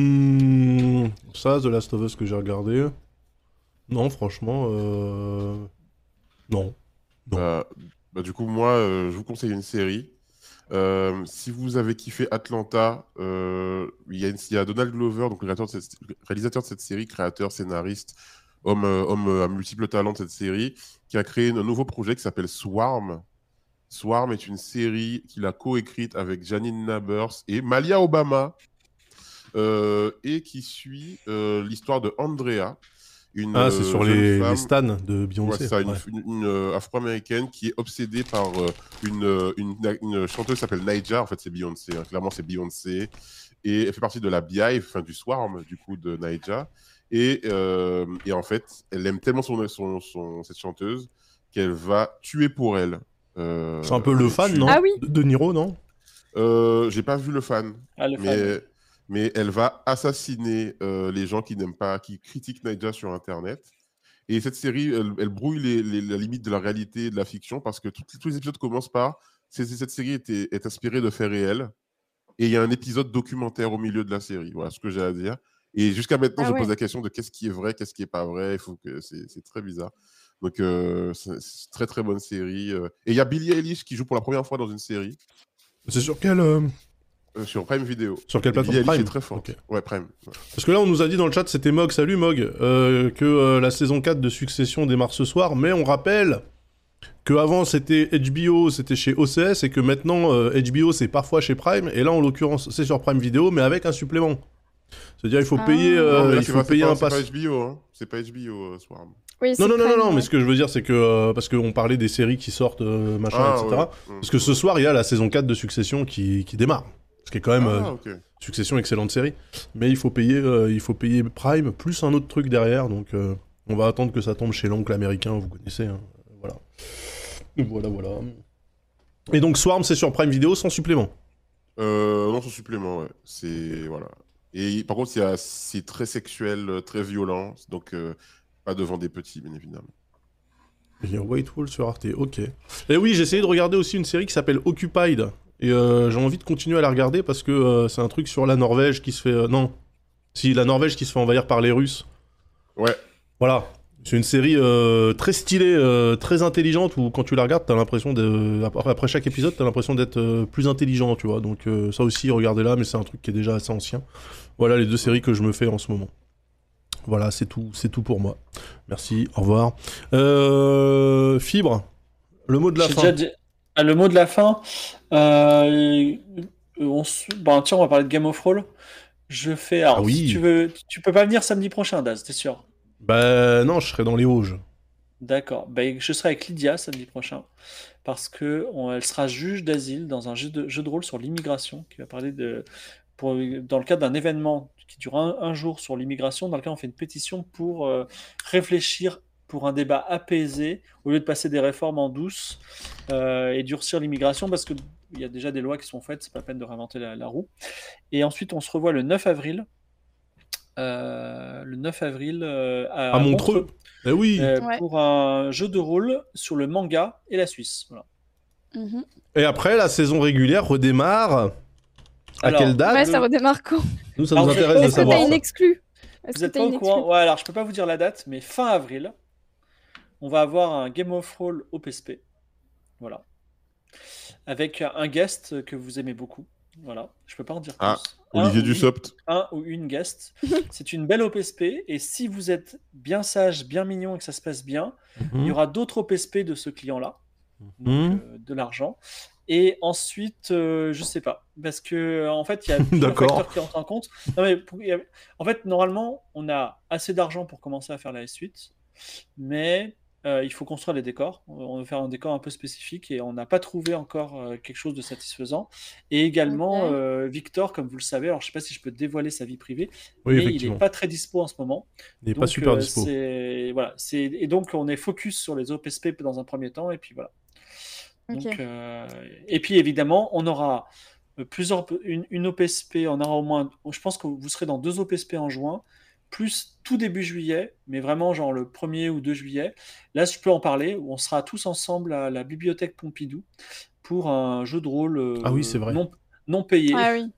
D: Hmm, ça, The Last of Us que j'ai regardé. Non, franchement, euh... non. Non.
B: Bah, bah, du coup, moi, euh, je vous conseille une série. Euh, si vous avez kiffé Atlanta, euh, il y, a une- il y a Donald Glover, donc le créateur de cette- le réalisateur de cette série, créateur, scénariste, homme, euh, homme euh, à multiples talents de cette série, qui a créé un nouveau projet qui s'appelle Swarm. Swarm est une série qu'il a coécrite avec Janine Nabers et Malia Obama, euh, et qui suit euh, l'histoire de Andrea. Une,
D: Ah, c'est
B: euh,
D: sur
B: jeune
D: les, les
B: femme-
D: stands de
B: Ouais,
D: Beyoncé.
B: ça, une,
D: ouais.
B: une- une, euh, afro-américaine qui est obsédée par euh, une, euh, une, une chanteuse qui s'appelle Naija. En fait, c'est Beyoncé. hein. Clairement, c'est Beyoncé. Et elle fait partie de la BI, enfin, du Swarm, du coup, de Naija. Et, euh, et en fait, elle aime tellement son, son, son- cette chanteuse qu'elle va tuer pour elle. Euh,
D: C'est un peu le
B: elle
D: fan,
B: tue-
D: non
C: Ah oui.
D: De- De Niro, non
B: Euh, J'ai pas vu le fan
A: Ah, le fan.
B: mais, mais elle va assassiner euh, les gens qui n'aiment pas, qui critiquent Naija sur Internet. Et cette série, elle, elle brouille les, les- la limite de la réalité et de la fiction parce que tout- tous les épisodes commencent par c'est- c'est- cette série était- est inspirée de faits réels et il y a un épisode documentaire au milieu de la série. Voilà ce que j'ai à dire. Et jusqu'à maintenant,
C: Ah
B: je
C: ouais.
B: pose la question de qu'est-ce qui est vrai, qu'est-ce qui est pas vrai. Il faut que c'est c'est très bizarre. Donc euh, c'est c'est très très bonne série. euh. Et il y a Billie Eilish qui joue pour la première fois dans une série
D: C'est sur quelle, euh,
B: euh, sur Prime Video.
D: sur quelle
B: Billie
D: plateforme
B: Eilish
D: Prime
B: est très forte.
D: Ok.
B: Ouais, Prime.
D: Parce que là, on nous a dit dans le chat, c'était Mog, salut Mog, euh, que euh, la saison 4 de Succession démarre ce soir, mais on rappelle que avant c'était HBO, c'était chez OCS, et que maintenant euh, HBO c'est parfois chez Prime, et là en l'occurrence c'est sur Prime Vidéo, mais avec un supplément. C'est-à-dire il faut
C: Ah.
D: payer, euh,
B: Non, mais là,
D: il
B: c'est
D: faut
B: pas- c'est
D: payer
B: pas-
D: un pass.
B: C'est pas HBO, hein. C'est pas HBO, euh, Swarm.
C: Oui, c'est
D: Non, non, non, non,
C: Prime,
D: non, mais
C: ouais.
D: ce que je veux dire c'est que, euh, parce qu'on parlait des séries qui sortent, euh, machin, etc.
B: ouais. Mm.
D: Parce que ce soir il y a la saison 4 de Succession qui, qui démarre. Ce qui est quand même euh,
B: Ah, ok.
D: Succession, excellente série. Mais il faut payer, euh, il faut payer Prime plus un autre truc derrière. Donc euh, on va attendre que ça tombe chez l'oncle américain, vous connaissez. hein. Voilà. Donc, Voilà, voilà. Et donc Swarm, c'est sur Prime Video sans supplément.
B: Euh, non, son supplément, ouais. C'est. Voilà. Et par contre, il y a- c'est très sexuel, euh, très violent. Donc, euh, pas devant des petits, bien évidemment.
D: Il y a White Wall sur Arte, ok. Et oui, j'ai essayé de regarder aussi une série qui s'appelle Occupied. Et euh, j'ai envie de continuer à la regarder parce que euh, c'est un truc sur la Norvège qui se fait. euh, non. Si, la Norvège qui se fait envahir par les Russes.
B: Ouais.
D: Voilà. C'est une série euh, très stylée, euh, très intelligente, où quand tu la regardes, t'as l'impression de... ap- Après chaque épisode, t'as l'impression d'être euh, plus intelligent, tu vois. Donc euh, ça aussi, regardez-la, mais c'est un truc qui est déjà assez ancien. Voilà les deux séries que je me fais en ce moment. Voilà, c'est tout, c'est tout pour moi. Merci, au revoir. Euh, fibre, le mot de la
A: J'ai
D: fin.
A: déjà dit- Ah, le mot de la fin. euh, on s- ben, tiens, on va parler de Game of Roll. Je fais. alors,
D: Ah oui.
A: si tu veux, tu peux pas venir samedi prochain, Daz, t'es sûr
D: Bah non, je serai dans les Auges.
A: D'accord. Ben, je serai avec Lydia samedi prochain parce que on- elle sera juge d'asile dans un jeu de, jeu de rôle sur l'immigration qui va parler de pour, dans le cadre d'un événement qui dure un, un jour sur l'immigration dans lequel on fait une pétition pour euh, réfléchir pour un débat apaisé au lieu de passer des réformes en douce euh, et durcir l'immigration parce que il y a déjà des lois qui sont faites, c'est pas la peine de réinventer la, la roue. Et ensuite, on se revoit le 9 avril. euh, le 9 avril euh, à,
D: À Ah, Montreux. Eh oui
A: Euh,
C: Ouais.
A: pour un jeu de rôle sur le manga et la Suisse. Voilà.
C: Mhm.
D: Et après, la saison régulière redémarre. À
A: Alors,
D: quelle date
C: Ouais, ça redémarre quand
D: Nous, ça nous
A: Alors,
D: intéresse de
C: Est-ce que
D: savoir.
C: t'as une
D: ça.
C: exclue Est-ce
A: Vous
C: que
A: êtes
C: t'as
A: pas
C: une
A: au
C: exclue
A: courant Ouais, alors je peux pas vous dire la date, mais fin avril, on va avoir un Game of Roll au PSP. Voilà. Avec un guest que vous aimez beaucoup. Voilà. Je peux pas en dire plus.
B: Ah,
A: Un
B: Olivier
A: ou
B: Dussopt.
A: un ou une guest. C'est une belle OPSP et si vous êtes bien sage, bien mignon et que ça se passe bien, il
D: Hmm.
A: y aura d'autres OPSP de ce client-là, donc,
D: Mhm.
A: euh, de l'argent. Et ensuite, euh, je sais pas, parce que euh, en fait, il y a plusieurs
D: D'accord.
A: facteurs qui entrent en compte. Non, mais pour- il y a- en fait, normalement, on a assez d'argent pour commencer à faire la suite, mais euh, il faut construire les décors. On veut faire un décor un peu spécifique et on n'a pas trouvé encore euh, quelque chose de satisfaisant. Et également,
C: Ok.
A: euh, Victor, comme vous le savez, alors je sais pas si je peux dévoiler sa vie privée, mais
D: Oui,
A: il
D: effectivement.
A: n'est pas très dispo en ce moment.
D: Il n'est pas
A: Donc,
D: super
A: euh,
D: dispo.
A: c'est- Voilà, c'est- et donc, on est focus sur les OPSP dans un premier temps, et puis voilà.
C: Ok.
A: Donc, euh, Et puis, évidemment, on aura euh, plusieurs, une, une OPSP, on aura au moins, je pense que vous serez dans deux OPSP en juin, plus tout début juillet, mais vraiment genre le 1er ou 2 juillet. Là, je peux en parler, on sera tous ensemble à la bibliothèque Pompidou pour un jeu de rôle euh,
D: Ah oui, c'est vrai.
A: non, non payé.
C: Ah oui.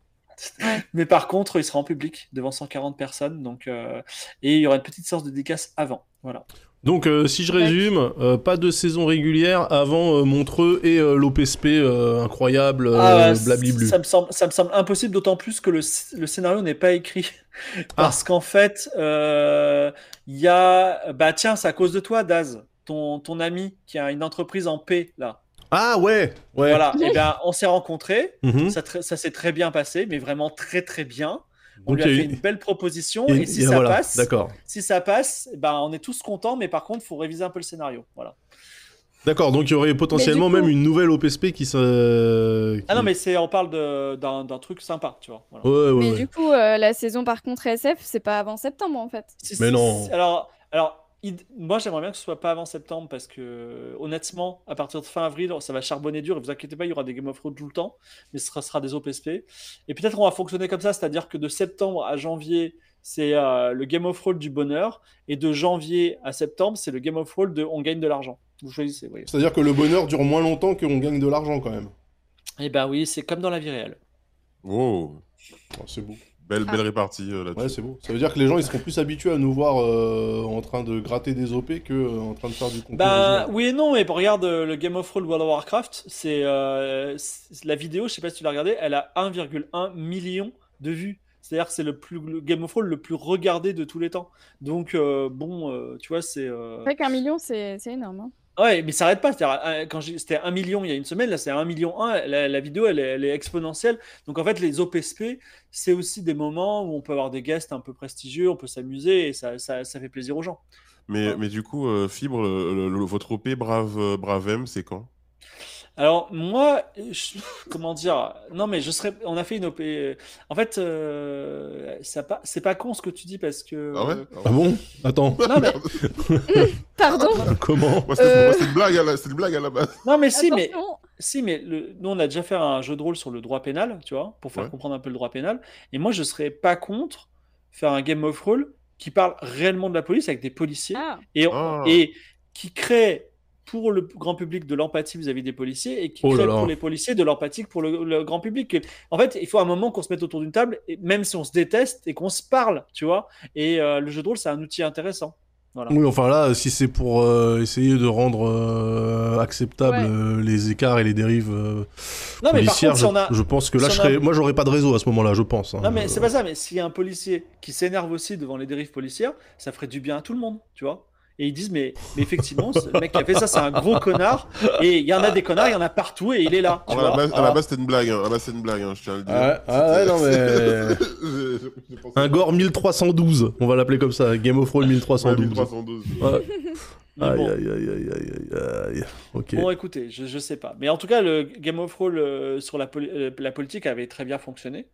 A: Mais par contre, il sera en public devant 140 personnes. Donc, euh, et il y aura une petite séance de dédicace avant. Voilà.
D: Donc, euh, si je résume, euh, pas de saison régulière avant euh, Montreux et euh, l'OPSP euh, incroyable, euh,
A: Ah ouais,
D: blabliblu.
A: Ça me semble, ça me semble impossible, d'autant plus que le, sc- le scénario n'est pas écrit.
D: Ah.
A: Parce qu'en fait, euh, il y a. Bah tiens, c'est à cause de toi, Daz, ton, ton ami qui a une entreprise en paix, là.
D: Ah ouais, ouais.
A: Voilà, et bien on s'est rencontrés,
D: Mhm.
A: ça, tr- ça s'est très bien passé, mais vraiment très très bien. On
D: Donc,
A: lui a
D: il y a
A: fait
D: une-
A: une belle proposition,
D: il y a-
A: et si
D: il y a-
A: ça
D: voilà,
A: passe,
D: D'accord.
A: si ça passe, bah, on est tous contents, mais par contre, il faut réviser un peu le scénario. Voilà.
D: D'accord, donc il y aurait potentiellement
C: Mais du
D: même
C: coup-
D: une nouvelle OPSP qui se.
A: Ah non,
D: qui-
A: mais c'est, on parle de- d'un d'un truc sympa, tu vois. voilà.
D: Ouais, ouais,
C: Mais
D: ouais.
C: du coup, euh, la saison par contre SF, c'est pas avant septembre en fait.
A: Si-
D: Mais
A: si-
D: non.
A: si- Alors, alors id- moi, j'aimerais bien que ce soit pas avant septembre parce que, honnêtement, à partir de fin avril, ça va charbonner dur. Et vous inquiétez pas, il y aura des Game of Thrones tout le temps, mais ce sera, ce sera des OPSP. Et peut-être on va fonctionner comme ça, c'est-à-dire que de septembre à janvier, c'est euh, le Game of Thrones du bonheur. Et de janvier à septembre, c'est le Game of Thrones de on gagne de l'argent. Vous choisissez, vous voyez.
D: C'est-à-dire que le bonheur dure moins longtemps qu'on gagne de l'argent quand même.
A: Et ben oui, c'est comme dans la vie réelle.
B: Wow.
D: Oh, c'est beau.
B: Belle,
C: Ah.
B: belle répartie euh,
D: Ouais,
B: là-dessus.
D: c'est beau. Ça veut dire que les gens ils seront plus habitués à nous voir euh, en train de gratter des OP que euh, en train de faire du contenu.
A: Bah
D: original.
A: oui et non, mais regarde euh, le Game of Thrones World of Warcraft, c'est euh, c'est- la vidéo, je sais pas si tu l'as regardée, elle a 1,1 million de vues. C'est-à-dire que c'est le plus le Game of Thrones le plus regardé de tous les temps. Donc euh, bon, euh, tu vois, c'est euh,
C: C'est vrai qu'un million, c'est c'est énorme. hein.
A: ouais, mais ça arrête pas. C'est-à-dire, euh, quand j'ai- c'était 1 million il y a une semaine, là c'est 1 million 1. La, la vidéo, elle est, elle est exponentielle. Donc en fait, les OPSP, c'est aussi des moments où on peut avoir des guests un peu prestigieux, on peut s'amuser et ça, ça, ça fait plaisir aux gens.
B: Mais,
A: Ah.
B: mais du coup, euh, Fibre, le- le- le- votre OP Brave, euh, Brave M, c'est quand
A: Alors moi, je- comment dire Non mais je serais. On a fait une OP. En fait, euh, ça pas- c'est pas con ce que tu dis parce que.
B: Ah ouais
D: Ah bon Attends,
A: Non Euh, mais
C: Pardon
D: Ah, comment
B: Moi, c'était
C: Euh.
B: moi, c'était une blague à la- c'était une blague à la base.
A: non mais si mais
C: Attention.
A: si mais le- nous on a déjà fait un jeu de rôle sur le droit pénal, tu vois, pour faire
B: Ouais.
A: comprendre un peu le droit pénal. Et moi je serais pas contre faire un game of rôle qui parle réellement de la police avec des policiers.
C: Ah,
A: et,
B: Ah.
A: et qui crée pour le grand public de l'empathie vis-à-vis des policiers et qui
D: Oh là
A: crée
D: là.
A: pour les policiers de l'empathie pour le, le grand public. En fait, il faut un moment qu'on se mette autour d'une table, et même si on se déteste et qu'on se parle, tu vois. Et euh, le jeu de rôle, c'est un outil intéressant.
D: Oh
A: Voilà.
D: Oui, enfin là, si c'est pour euh, essayer de rendre euh, acceptables
C: Ouais.
D: acceptable euh, les écarts et les dérives euh,
A: Non, mais par
D: policières,
A: contre, si on a-
D: je, je pense que là,
A: si
D: je
A: on a-
D: serais... moi, j'aurais pas de réseau à ce moment-là, je pense. hein.
A: Non, mais
D: Euh,
A: c'est pas ça, mais s'il y a un policier qui s'énerve aussi devant les dérives policières, ça ferait du bien à tout le monde, tu vois. Et ils disent, mais, mais effectivement, ce mec qui a fait ça, c'est un gros connard. Et il y en a des connards, il y en a partout, et il est là. tu
B: À la
A: vois. Ah.
B: base, à la base, c'était une blague, hein. à la base, c'était une blague, hein, je tiens à le dire.
D: Ah ouais, ah ouais, non, mais-
B: Je- je- je pensais-
D: Un gore 1312, on va l'appeler comme ça, Game of Thrones
B: Ouais,
D: 1312.
B: 1312.
A: Mais
D: Aïe,
A: bon.
D: aïe, aïe, aïe, aïe, aïe, aïe. Ok.
A: Bon, écoutez, je, je sais pas. Mais en tout cas, le Game of Thrones euh, sur la, poli- euh, la politique avait très bien fonctionné.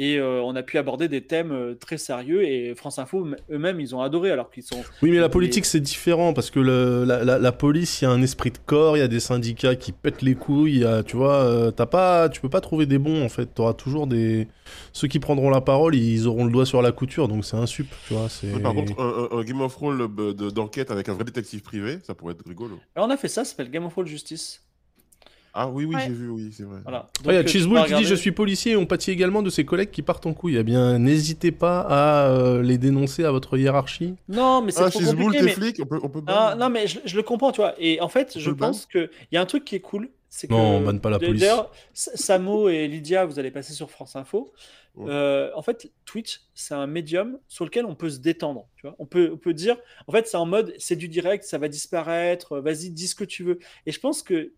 A: Et euh, on a pu aborder des thèmes euh, très sérieux. Et France Info, m- eux-mêmes, ils ont adoré, alors qu'ils sont.
D: Oui, mais la politique, c'est différent parce que le- la, la- la police, il y a un esprit de corps, il y a des syndicats qui pètent les couilles, il y a- tu vois, euh, t'as pas, tu peux pas trouver des bons en fait. T'auras toujours des. Ceux qui prendront la parole, ils auront le doigt sur la couture, donc c'est un sup, tu vois. c'est-
B: Ouais, Par contre, un, un- un Game of Thrones euh, de- d'enquête avec un vrai détective privé, ça pourrait être rigolo.
A: Alors, on a fait ça, ça s'appelle Game of Thrones Justice.
B: Ah oui, oui,
C: Ouais.
B: j'ai vu, oui, c'est vrai.
A: Voilà.
D: Ah, il y a
A: Donc, euh, tu
D: Cheesebowl
A: peux
D: qui dit
A: regarder.
D: Je suis policier et on pâtit également de ses collègues qui partent en couille. Eh bien, n'hésitez pas à euh, les dénoncer à votre hiérarchie.
A: Non, mais c'est
B: Ah,
A: trop
B: Chizboul,
A: compliqué.
B: t'es
A: mais-
B: flic, on peut... On peut
A: Ah,
B: ban.
A: non, mais je, je le comprends, tu vois. Et en fait, je
B: le ban
A: pense qu'il y a un truc qui est cool. C'est que,
D: Non, on banne pas la police.
A: D'ailleurs, S- Samo et Lydia, vous allez passer sur France Info.
B: Ouais.
A: Euh, en fait, Twitch, c'est un médium sur lequel on peut se détendre. Tu vois on, peut, on peut dire, en fait, c'est en mode, c'est du direct, ça va disparaître, euh, vas-y, dis ce que tu veux. Et je pense que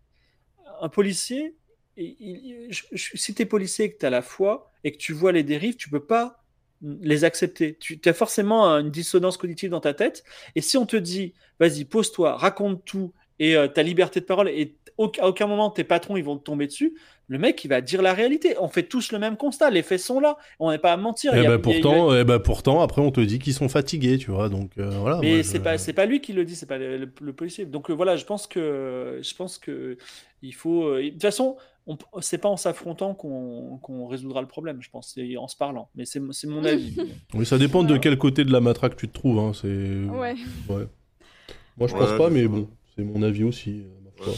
A: un policier, il- il- je- je- si tu es policier et que tu as la foi et que tu vois les dérives, tu peux pas les accepter. Tu as forcément une dissonance cognitive dans ta tête. Et si on te dit, vas-y, pose-toi, raconte tout, et euh, ta liberté de parole, et au- à aucun moment tes patrons ils vont te tomber dessus, le mec il va dire la réalité. On fait tous le même constat, les faits sont là, on n'est pas à mentir.
D: Et
A: Il y a-
D: bah,
A: il y a- il y a-
D: pourtant, eh bah, pourtant, après, on te dit qu'ils sont fatigués, tu vois. Donc euh, voilà.
A: mais
D: moi,
A: c'est
D: je-
A: pas c'est pas lui qui le dit, c'est pas le, le- le policier. Donc euh, voilà, je pense que je pense que il faut. euh, de toute façon, on, c'est pas en s'affrontant qu'on qu'on résoudra le problème. Je pense, c'est en se parlant. Mais c'est c'est mon avis.
D: Oui, ça dépend de
C: Ouais.
D: quel côté de la matraque tu te trouves. Hein. C'est.
C: ouais.
D: Moi, je
B: Ouais,
D: pense pas,
B: je
D: mais
B: sais
D: bon, c'est mon avis aussi. euh, ma foi.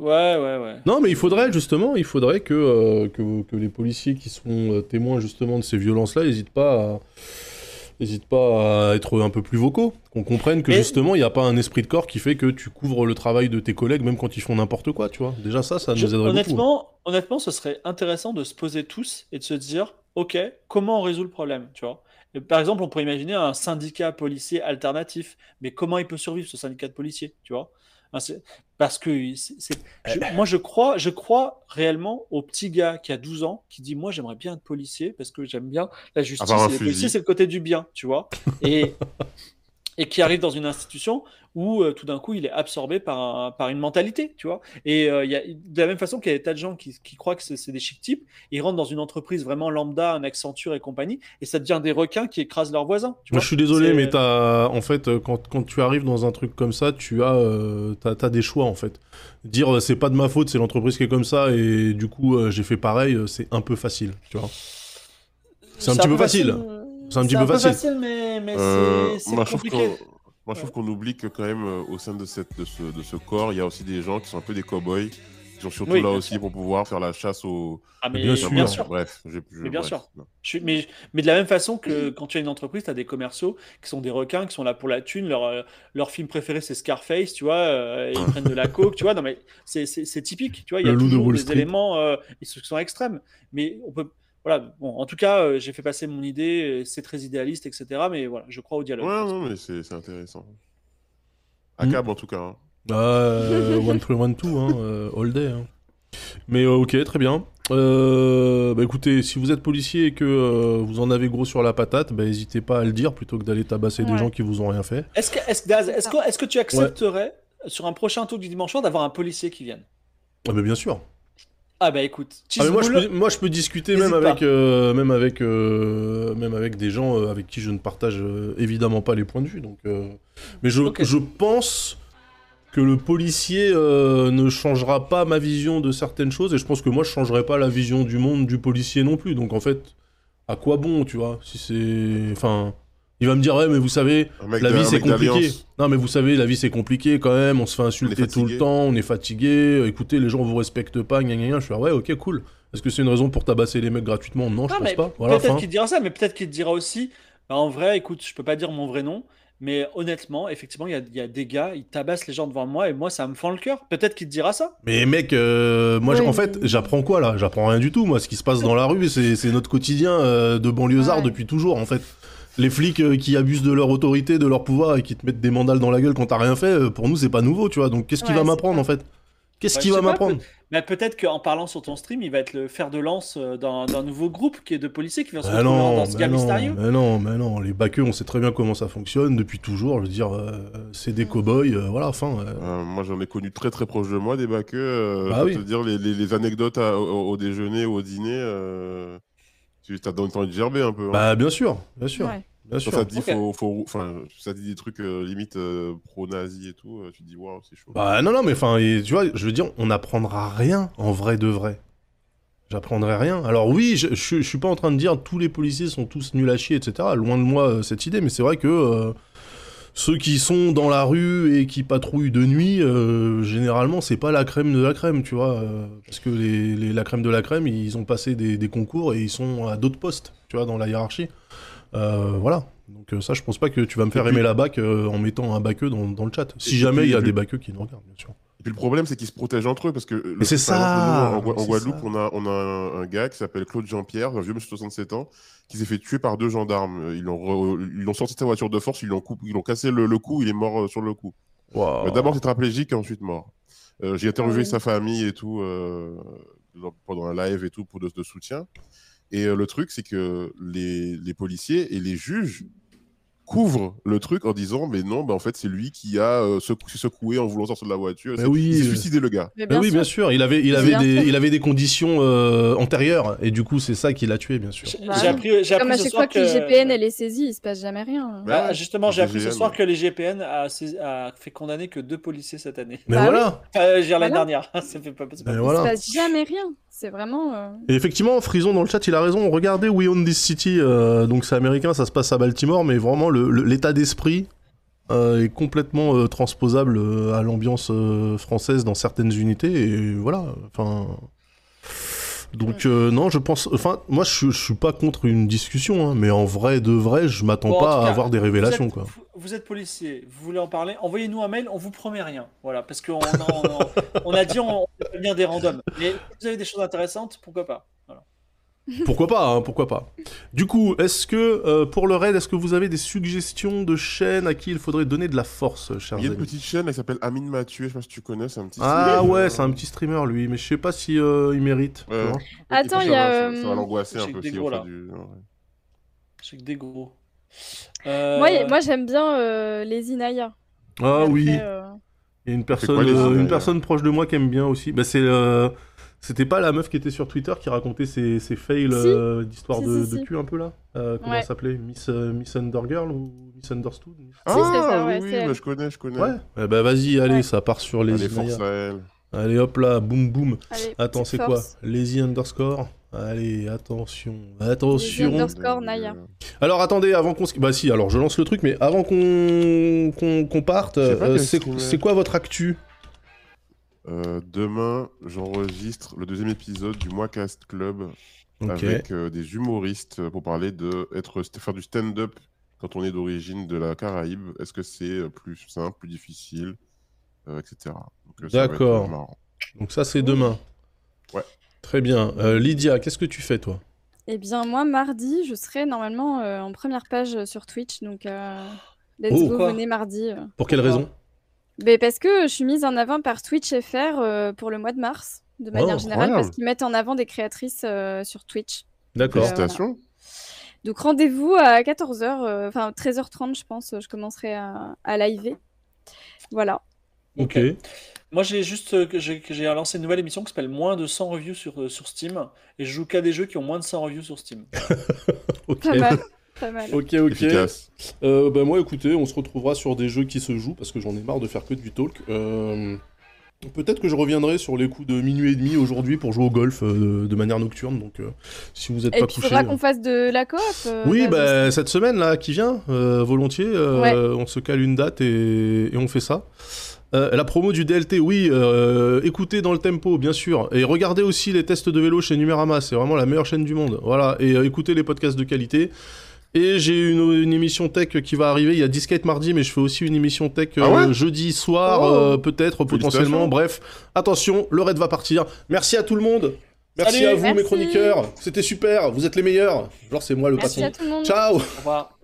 A: Ouais, ouais, ouais.
D: Non, mais il faudrait justement, il faudrait que, euh, que, que les policiers qui sont euh, témoins justement de ces violences-là n'hésitent pas, à- hésitent pas à être un peu plus vocaux, qu'on comprenne que
A: Mais-
D: justement il n'y a pas un esprit de corps qui fait que tu couvres le travail de tes collègues même quand ils font n'importe quoi, tu vois. Déjà ça, ça nous
A: Je-
D: aiderait beaucoup.
A: honnêtement, honnêtement, ce serait intéressant de se poser tous et de se dire, ok, comment on résout le problème, tu vois Et Par exemple, on pourrait imaginer un syndicat policier alternatif, mais comment il peut survivre ce syndicat de policiers, tu vois Hein, c'est- Parce que il- c'est- c'est- je-
B: Euh.
A: moi, je crois, je crois réellement au petit gars qui a 12 ans qui dit, moi, j'aimerais bien être policier parce que j'aime bien la justice.
B: Avoir un
A: Et les
B: fusil.
A: policiers, c'est le côté du bien, tu vois Et et qui arrive dans une institution où euh, tout d'un coup il est absorbé par, un- par une mentalité, tu vois. Et euh, il y a, de la même façon qu'il y a des tas de gens qui, qui croient que c'est c'est des chic types, ils rentrent dans une entreprise vraiment lambda, un Accenture et compagnie, et ça devient des requins qui écrasent leurs voisins. Tu
D: Moi,
A: vois
D: je suis désolé,
A: C'est-
D: mais t'as, en fait, euh, quand, quand tu arrives dans un truc comme ça, tu as, euh, t'as, t'as des choix, en fait. Dire euh, c'est pas de ma faute, c'est l'entreprise qui est comme ça, et du coup, euh, j'ai fait pareil, euh, c'est un peu facile, tu vois. C'est un petit peu facile.
A: euh,
D: C'est un petit peu facile.
A: mais, mais
B: Euh,
A: c'est-
B: moi,
A: c'est
B: je trouve
A: compliqué.
B: qu'on- moi, je trouve qu'on oublie que quand même euh, au sein de, cette, de, ce, de ce corps, il y a aussi des gens qui sont un peu des cow-boys, qui sont surtout
A: Oui,
B: là
A: bien
B: aussi pour pouvoir faire la chasse aux...
A: Ah, mais
D: Bien
A: bien
D: sûr.
A: sûr.
B: Bref, j'ai- je-
A: Mais bien
B: bref,
A: sûr.
B: non.
A: Je suis- mais, mais de la même façon que quand tu as une entreprise, tu as des commerciaux qui sont des requins, qui sont là pour la thune. Leur, euh, leur film préféré, c'est Scarface, tu vois. euh, ils prennent de la coke, tu vois. Non, mais c'est- c'est c'est typique, tu vois. Il y a
D: Ah. Le loup de
A: toujours
D: Wall
A: des
D: Street.
A: éléments euh, ils se- qui sont extrêmes. Mais on peut. Voilà, bon, en tout cas, euh, j'ai fait passer mon idée, euh, c'est très idéaliste, etc. Mais voilà, je crois au dialogue.
B: Ouais, non, mais c'est c'est intéressant. À
D: Hmm.
B: cab, en tout cas. hein.
D: Euh, one three one two, hein, euh, all day. hein. Mais euh, ok, très bien. Euh, bah écoutez, si vous êtes policier et que euh, vous en avez gros sur la patate, bah n'hésitez pas à le dire plutôt que d'aller tabasser des
C: Ouais.
D: gens qui vous ont rien fait.
A: Est-ce que, est est que, est-ce que tu accepterais, sur un prochain tour du dimanche soir, d'avoir un policier qui vienne
D: Ah mais bien sûr.
A: Ah, bah écoute,
D: Ah, mais moi, je
A: Cheeseboule,
D: peux, moi je peux discuter
A: N'hésite
D: même
A: pas.
D: avec, euh, même, avec, euh, même avec des gens euh, avec qui je ne partage euh, évidemment pas les points de vue. Donc, euh, Mais je,
A: Ok.
D: je pense que le policier euh, ne changera pas ma vision de certaines choses et je pense que moi je changerai pas la vision du monde du policier non plus. Donc en fait, à quoi bon, tu vois Si c'est. Enfin. Il va me dire, ouais, mais vous savez,
B: Un mec
D: la
B: d'un-
D: vie
B: un
D: c'est
B: mec d'Alliance.
D: compliqué. Non, mais vous savez, la vie c'est compliqué quand même. On se fait insulter tout le
B: fatigué.
D: temps, on est fatigué. Euh, Écoutez, les gens vous respectent pas, gna gna gna. Je suis là, ouais, ok, cool. Est-ce que c'est une raison pour tabasser les mecs gratuitement Non, je
A: Ah,
D: pense
A: mais
D: pas. Voilà,
A: peut-être
D: fin.
A: qu'il te dira ça, mais peut-être qu'il te dira aussi, bah, en vrai, écoute, je peux pas dire mon vrai nom, mais honnêtement, effectivement, il y a, il y a des gars, ils tabassent les gens devant moi et moi, ça me fend le cœur. Peut-être qu'il te dira ça.
D: Mais mec, euh, moi, j-
C: Ouais,
D: en
C: mais-
D: fait, j'apprends quoi là J'apprends rien du tout. Moi, ce qui se passe dans la rue, c'est c'est notre quotidien euh, de banlieusard
C: Ouais.
D: depuis toujours, en fait. Les flics euh, qui abusent de leur autorité, de leur pouvoir et qui te mettent des mandales dans la gueule quand t'as rien fait, euh, pour nous, c'est pas nouveau, tu vois. Donc, qu'est-ce qu'il
C: Ouais,
D: va
C: c'est
D: m'apprendre,
C: pas-
D: en fait Qu'est-ce
A: Ouais,
D: qu'il
A: Bah, je
D: va
A: sais pas,
D: m'apprendre
A: Mais peut-être qu'en parlant sur ton stream, il va être le fer de lance euh, d'un d'un nouveau groupe qui est de policiers qui vient se
D: Ah
A: retrouver dans
D: non,
A: dans ce
D: mais
A: gars
D: non,
A: mystérieux.
C: Bah
D: mais non, mais non, les baqueux, on sait très bien comment ça fonctionne depuis toujours. Je veux dire, euh, c'est des cow-boys, euh, voilà, enfin. euh,
B: Euh, moi, j'en ai connu très très proche de moi des baqueux.
D: Bah
B: je
D: oui.
B: te dire les, les- les anecdotes à- au, au déjeuner, au dîner, euh, tu as donné envie de gerber un peu. hein.
D: Bah, bien sûr, bien sûr,
C: Ouais.
D: bien
B: Quand
D: sûr.
B: ça te dit,
A: Ok.
B: faut, faut- enfin, ça te dit des trucs euh, limite euh, pro-nazi et tout, euh, tu te dis waouh, c'est chaud.
D: Bah, non, non, mais enfin, et tu vois, je veux dire, on n'apprendra rien en vrai de vrai. J'apprendrai rien. Alors oui, je, je- je suis pas en train de dire tous les policiers sont tous nuls à chier, etc. Loin de moi euh, cette idée, mais c'est vrai que euh, ceux qui sont dans la rue et qui patrouillent de nuit, euh, généralement, c'est pas la crème de la crème, tu vois. euh, parce que les, les- la crème de la crème, ils ont passé des, des concours et ils sont à d'autres postes, tu vois, dans la hiérarchie. Euh, voilà. Donc euh, ça, je pense pas que tu vas me faire
B: Et puis-
D: aimer la bac euh, en mettant un baqueux dans, dans le chat. Si
B: Et
D: jamais
B: puis-
D: il y a
B: et puis-
D: des baqueux qui nous regardent, bien sûr.
B: Et puis le problème, c'est qu'ils se protègent entre eux parce que. le-
D: c'est
B: par exemple,
D: ça,
B: nous, en Gua- en,
D: c'est
B: Guadeloupe,
D: ça.
B: on a, on a un, un gars qui s'appelle Claude Jean-Pierre, un vieux monsieur de 67 ans, qui s'est fait tuer par deux gendarmes. Euh, Ils l'ont, re- ils l'ont sorti de sa voiture de force, ils l'ont, coup- ils l'ont cassé le, le cou, il est mort euh, sur le coup.
D: Waouh.
B: Euh, D'abord tétraplégique et ensuite mort. Euh, j'ai interviewé
C: Oh. Ah oui.
B: sa famille et tout euh, dans- pendant un live et tout pour de, de soutien. Et euh, le truc, c'est que les, les policiers et les juges couvrent le truc en disant mais non, bah, en fait, c'est lui qui a euh, secou- secoué en voulant sortir de la voiture.
D: Mais
B: C'est-
D: oui,
B: Il s'est
D: euh.
B: suicidé le gars.
C: Mais
D: Bah oui, bien sûr. Il avait, il avait,
C: Bien
D: des,
C: sûr.
D: il avait des conditions euh, antérieures et du coup, c'est ça qui l'a tué, bien sûr.
A: J'ai
C: Bah
A: j'ai
C: oui.
A: appris, j'ai
C: Comme à
A: appris ce
C: chaque
A: soir
C: fois
A: que.
C: que
D: euh,
C: l'IGPN elle est saisie, il se passe jamais rien.
B: Ouais,
A: Ah,
B: ouais.
A: justement, j'ai appris ce
B: IGPN,
A: soir
B: ouais.
A: que l'IGPN a, sais- a fait condamner que deux policiers cette année.
D: Mais
C: Bah
D: voilà.
A: Euh, je veux dire, l'année
C: Voilà.
A: dernière. ça fait pas, c'est pas possible.
D: Mais
C: Il se
D: voilà.
C: passe jamais rien. C'est vraiment. euh,
D: Et effectivement, Frison dans le chat, il a raison. Regardez We Own This City. euh, donc c'est américain, ça se passe à Baltimore, mais vraiment le- le- l'état d'esprit euh, est complètement euh, transposable euh, à l'ambiance euh, française dans certaines unités et voilà. Enfin. Donc euh, non, je pense. Enfin, moi, je, suis- je suis pas contre une discussion, hein, mais en vrai de vrai, je m'attends
A: Bon, en
D: pas
A: tout
D: à
A: cas,
D: avoir des révélations,
A: vous
D: quoi.
A: êtes, vous- vous êtes policier, vous voulez en parler, envoyez-nous un mail, on vous promet rien. Voilà, parce qu'on on- on- on a dit on, on fait bien des randoms. Mais si vous avez des choses intéressantes, pourquoi pas Voilà.
D: Pourquoi pas, hein, pourquoi pas. Du coup, est-ce que euh, pour le raid, est-ce que vous avez des suggestions de chaînes à qui il faudrait donner de la force, chers
B: Il y a une
D: amis
B: petite chaîne elle s'appelle Amine Mathieu, je sais pas si tu connais, c'est un petit.
D: Ah
B: streamer, euh,
D: ouais, c'est un petit streamer lui, mais je sais pas si euh, il mérite. tu
B: Ouais.
D: vois.
B: et
C: Attends,
B: puis
C: il y a,
B: Ça va, ça- ça va
C: euh,
B: l'angoisser un
A: Chez
B: peu aussi.
A: Degro,
B: au fait
A: là.
B: du- ouais.
A: J'ai que des gros. Euh,
C: Moi, moi j'aime bien euh, les Inaya.
D: Ah
C: Après,
D: oui,
C: euh,
D: il y a une personne,
B: quoi, les
D: euh,
B: Inaya
D: une personne proche de moi qui aime bien aussi. Bah c'est, euh, c'était pas la meuf qui était sur Twitter qui racontait ses, ses fails
C: Si.
D: euh, d'histoire
C: Si,
D: de,
C: si,
D: de
C: si.
D: cul un peu là. Euh, comment
C: Ouais.
D: elle s'appelait Miss euh, Miss Undergirl ou Miss Understood
B: Ah
C: c'est ça, ouais,
B: oui,
C: c'est
B: oui, bah,
C: elle.
B: je connais, je connais.
D: Ouais. Eh bah vas-y, allez,
C: Ouais.
D: ça part sur les
B: Allez,
D: Inaya.
B: force à elle.
D: Allez hop là, boum boum.
C: allez,
D: Attends, c'est
C: petite
D: quoi
C: force.
D: Lazy underscore Allez, attention,
C: Les
D: attention.
C: underscore- Underscore Naya.
D: Alors attendez, avant qu'on se... Bah si, alors je lance le truc, mais avant qu'on qu'on qu'on parte,
B: Je sais pas
D: euh,
B: quel
D: c'est
B: streamer.
D: c'est quoi votre actu
B: Euh, demain, j'enregistre le deuxième épisode du Moi Cast Club
D: Ok.
B: avec euh, des humoristes euh, pour parler de être, faire du stand-up quand on est d'origine de la Caraïbe. Est-ce que c'est euh, plus simple, plus difficile, euh, etc. Donc, euh, ça va être, euh,
D: D'accord.
B: marrant.
D: Donc ça, c'est demain.
B: Ouais.
D: Très bien. Euh, Lydia, qu'est-ce que tu fais, toi
C: Eh bien, moi, mardi, je serai normalement euh, en première page euh, sur Twitch. Donc, euh, let's
D: Oh.
C: go,
A: Quoi
C: venez mardi. euh.
D: Pour quelle
A: Pourquoi
D: raison
C: Ben, parce que je suis mise en avant par Twitch FR euh, pour le mois de mars,
D: Oh,
C: de manière générale,
B: incroyable.
C: parce qu'ils mettent en avant des créatrices euh, sur Twitch.
D: D'accord.
B: Félicitations.
C: Donc, rendez-vous à 14h, euh, enfin 13h30, je pense, euh, je commencerai à, à liver. Voilà.
B: Bah,
D: Ok.
A: Moi, j'ai juste euh, que j'ai que j'ai lancé une nouvelle émission qui s'appelle Moins de 100 reviews sur, euh, sur Steam. Et je joue qu'à des jeux qui ont moins de 100 reviews sur Steam.
D: Ok.
C: Pas mal. Pas mal.
D: Ok, ok.
B: Efficace.
D: Euh, bah moi, écoutez, on se retrouvera sur des jeux qui se jouent parce que j'en ai marre de faire que du talk. Euh, Peut-être que je reviendrai sur les coups de minuit et demi aujourd'hui pour jouer au golf euh, de manière nocturne. Donc, euh, si vous n'êtes
C: Et
D: pas
C: puis, il
D: couché.
C: faudra qu'on fasse de la coop. euh,
D: Oui,
C: là,
D: bah, cette semaine là qui vient, euh, volontiers, euh,
C: Ouais.
D: on se cale une date et, et on fait ça. Euh, la promo du DLT, oui, euh, écoutez dans le tempo, bien sûr. Et regardez aussi les tests de vélo chez Numérama, c'est vraiment la meilleure chaîne du monde. Voilà, et euh, écoutez les podcasts de qualité. Et j'ai une, une émission tech qui va arriver, il y a Discate mardi, mais je fais aussi une émission tech euh,
B: Ah ouais
D: jeudi soir,
C: Oh.
D: euh, peut-être, potentiellement.
B: Félicitations.
D: Bref, attention, le raid va partir. Merci à tout le monde. Merci
A: Salut.
D: à vous, mes
C: Merci.
D: chroniqueurs. C'était super, vous êtes les meilleurs. Genre, c'est moi le
C: Merci
D: patron.
C: à tout le monde.
D: Ciao
A: Au revoir.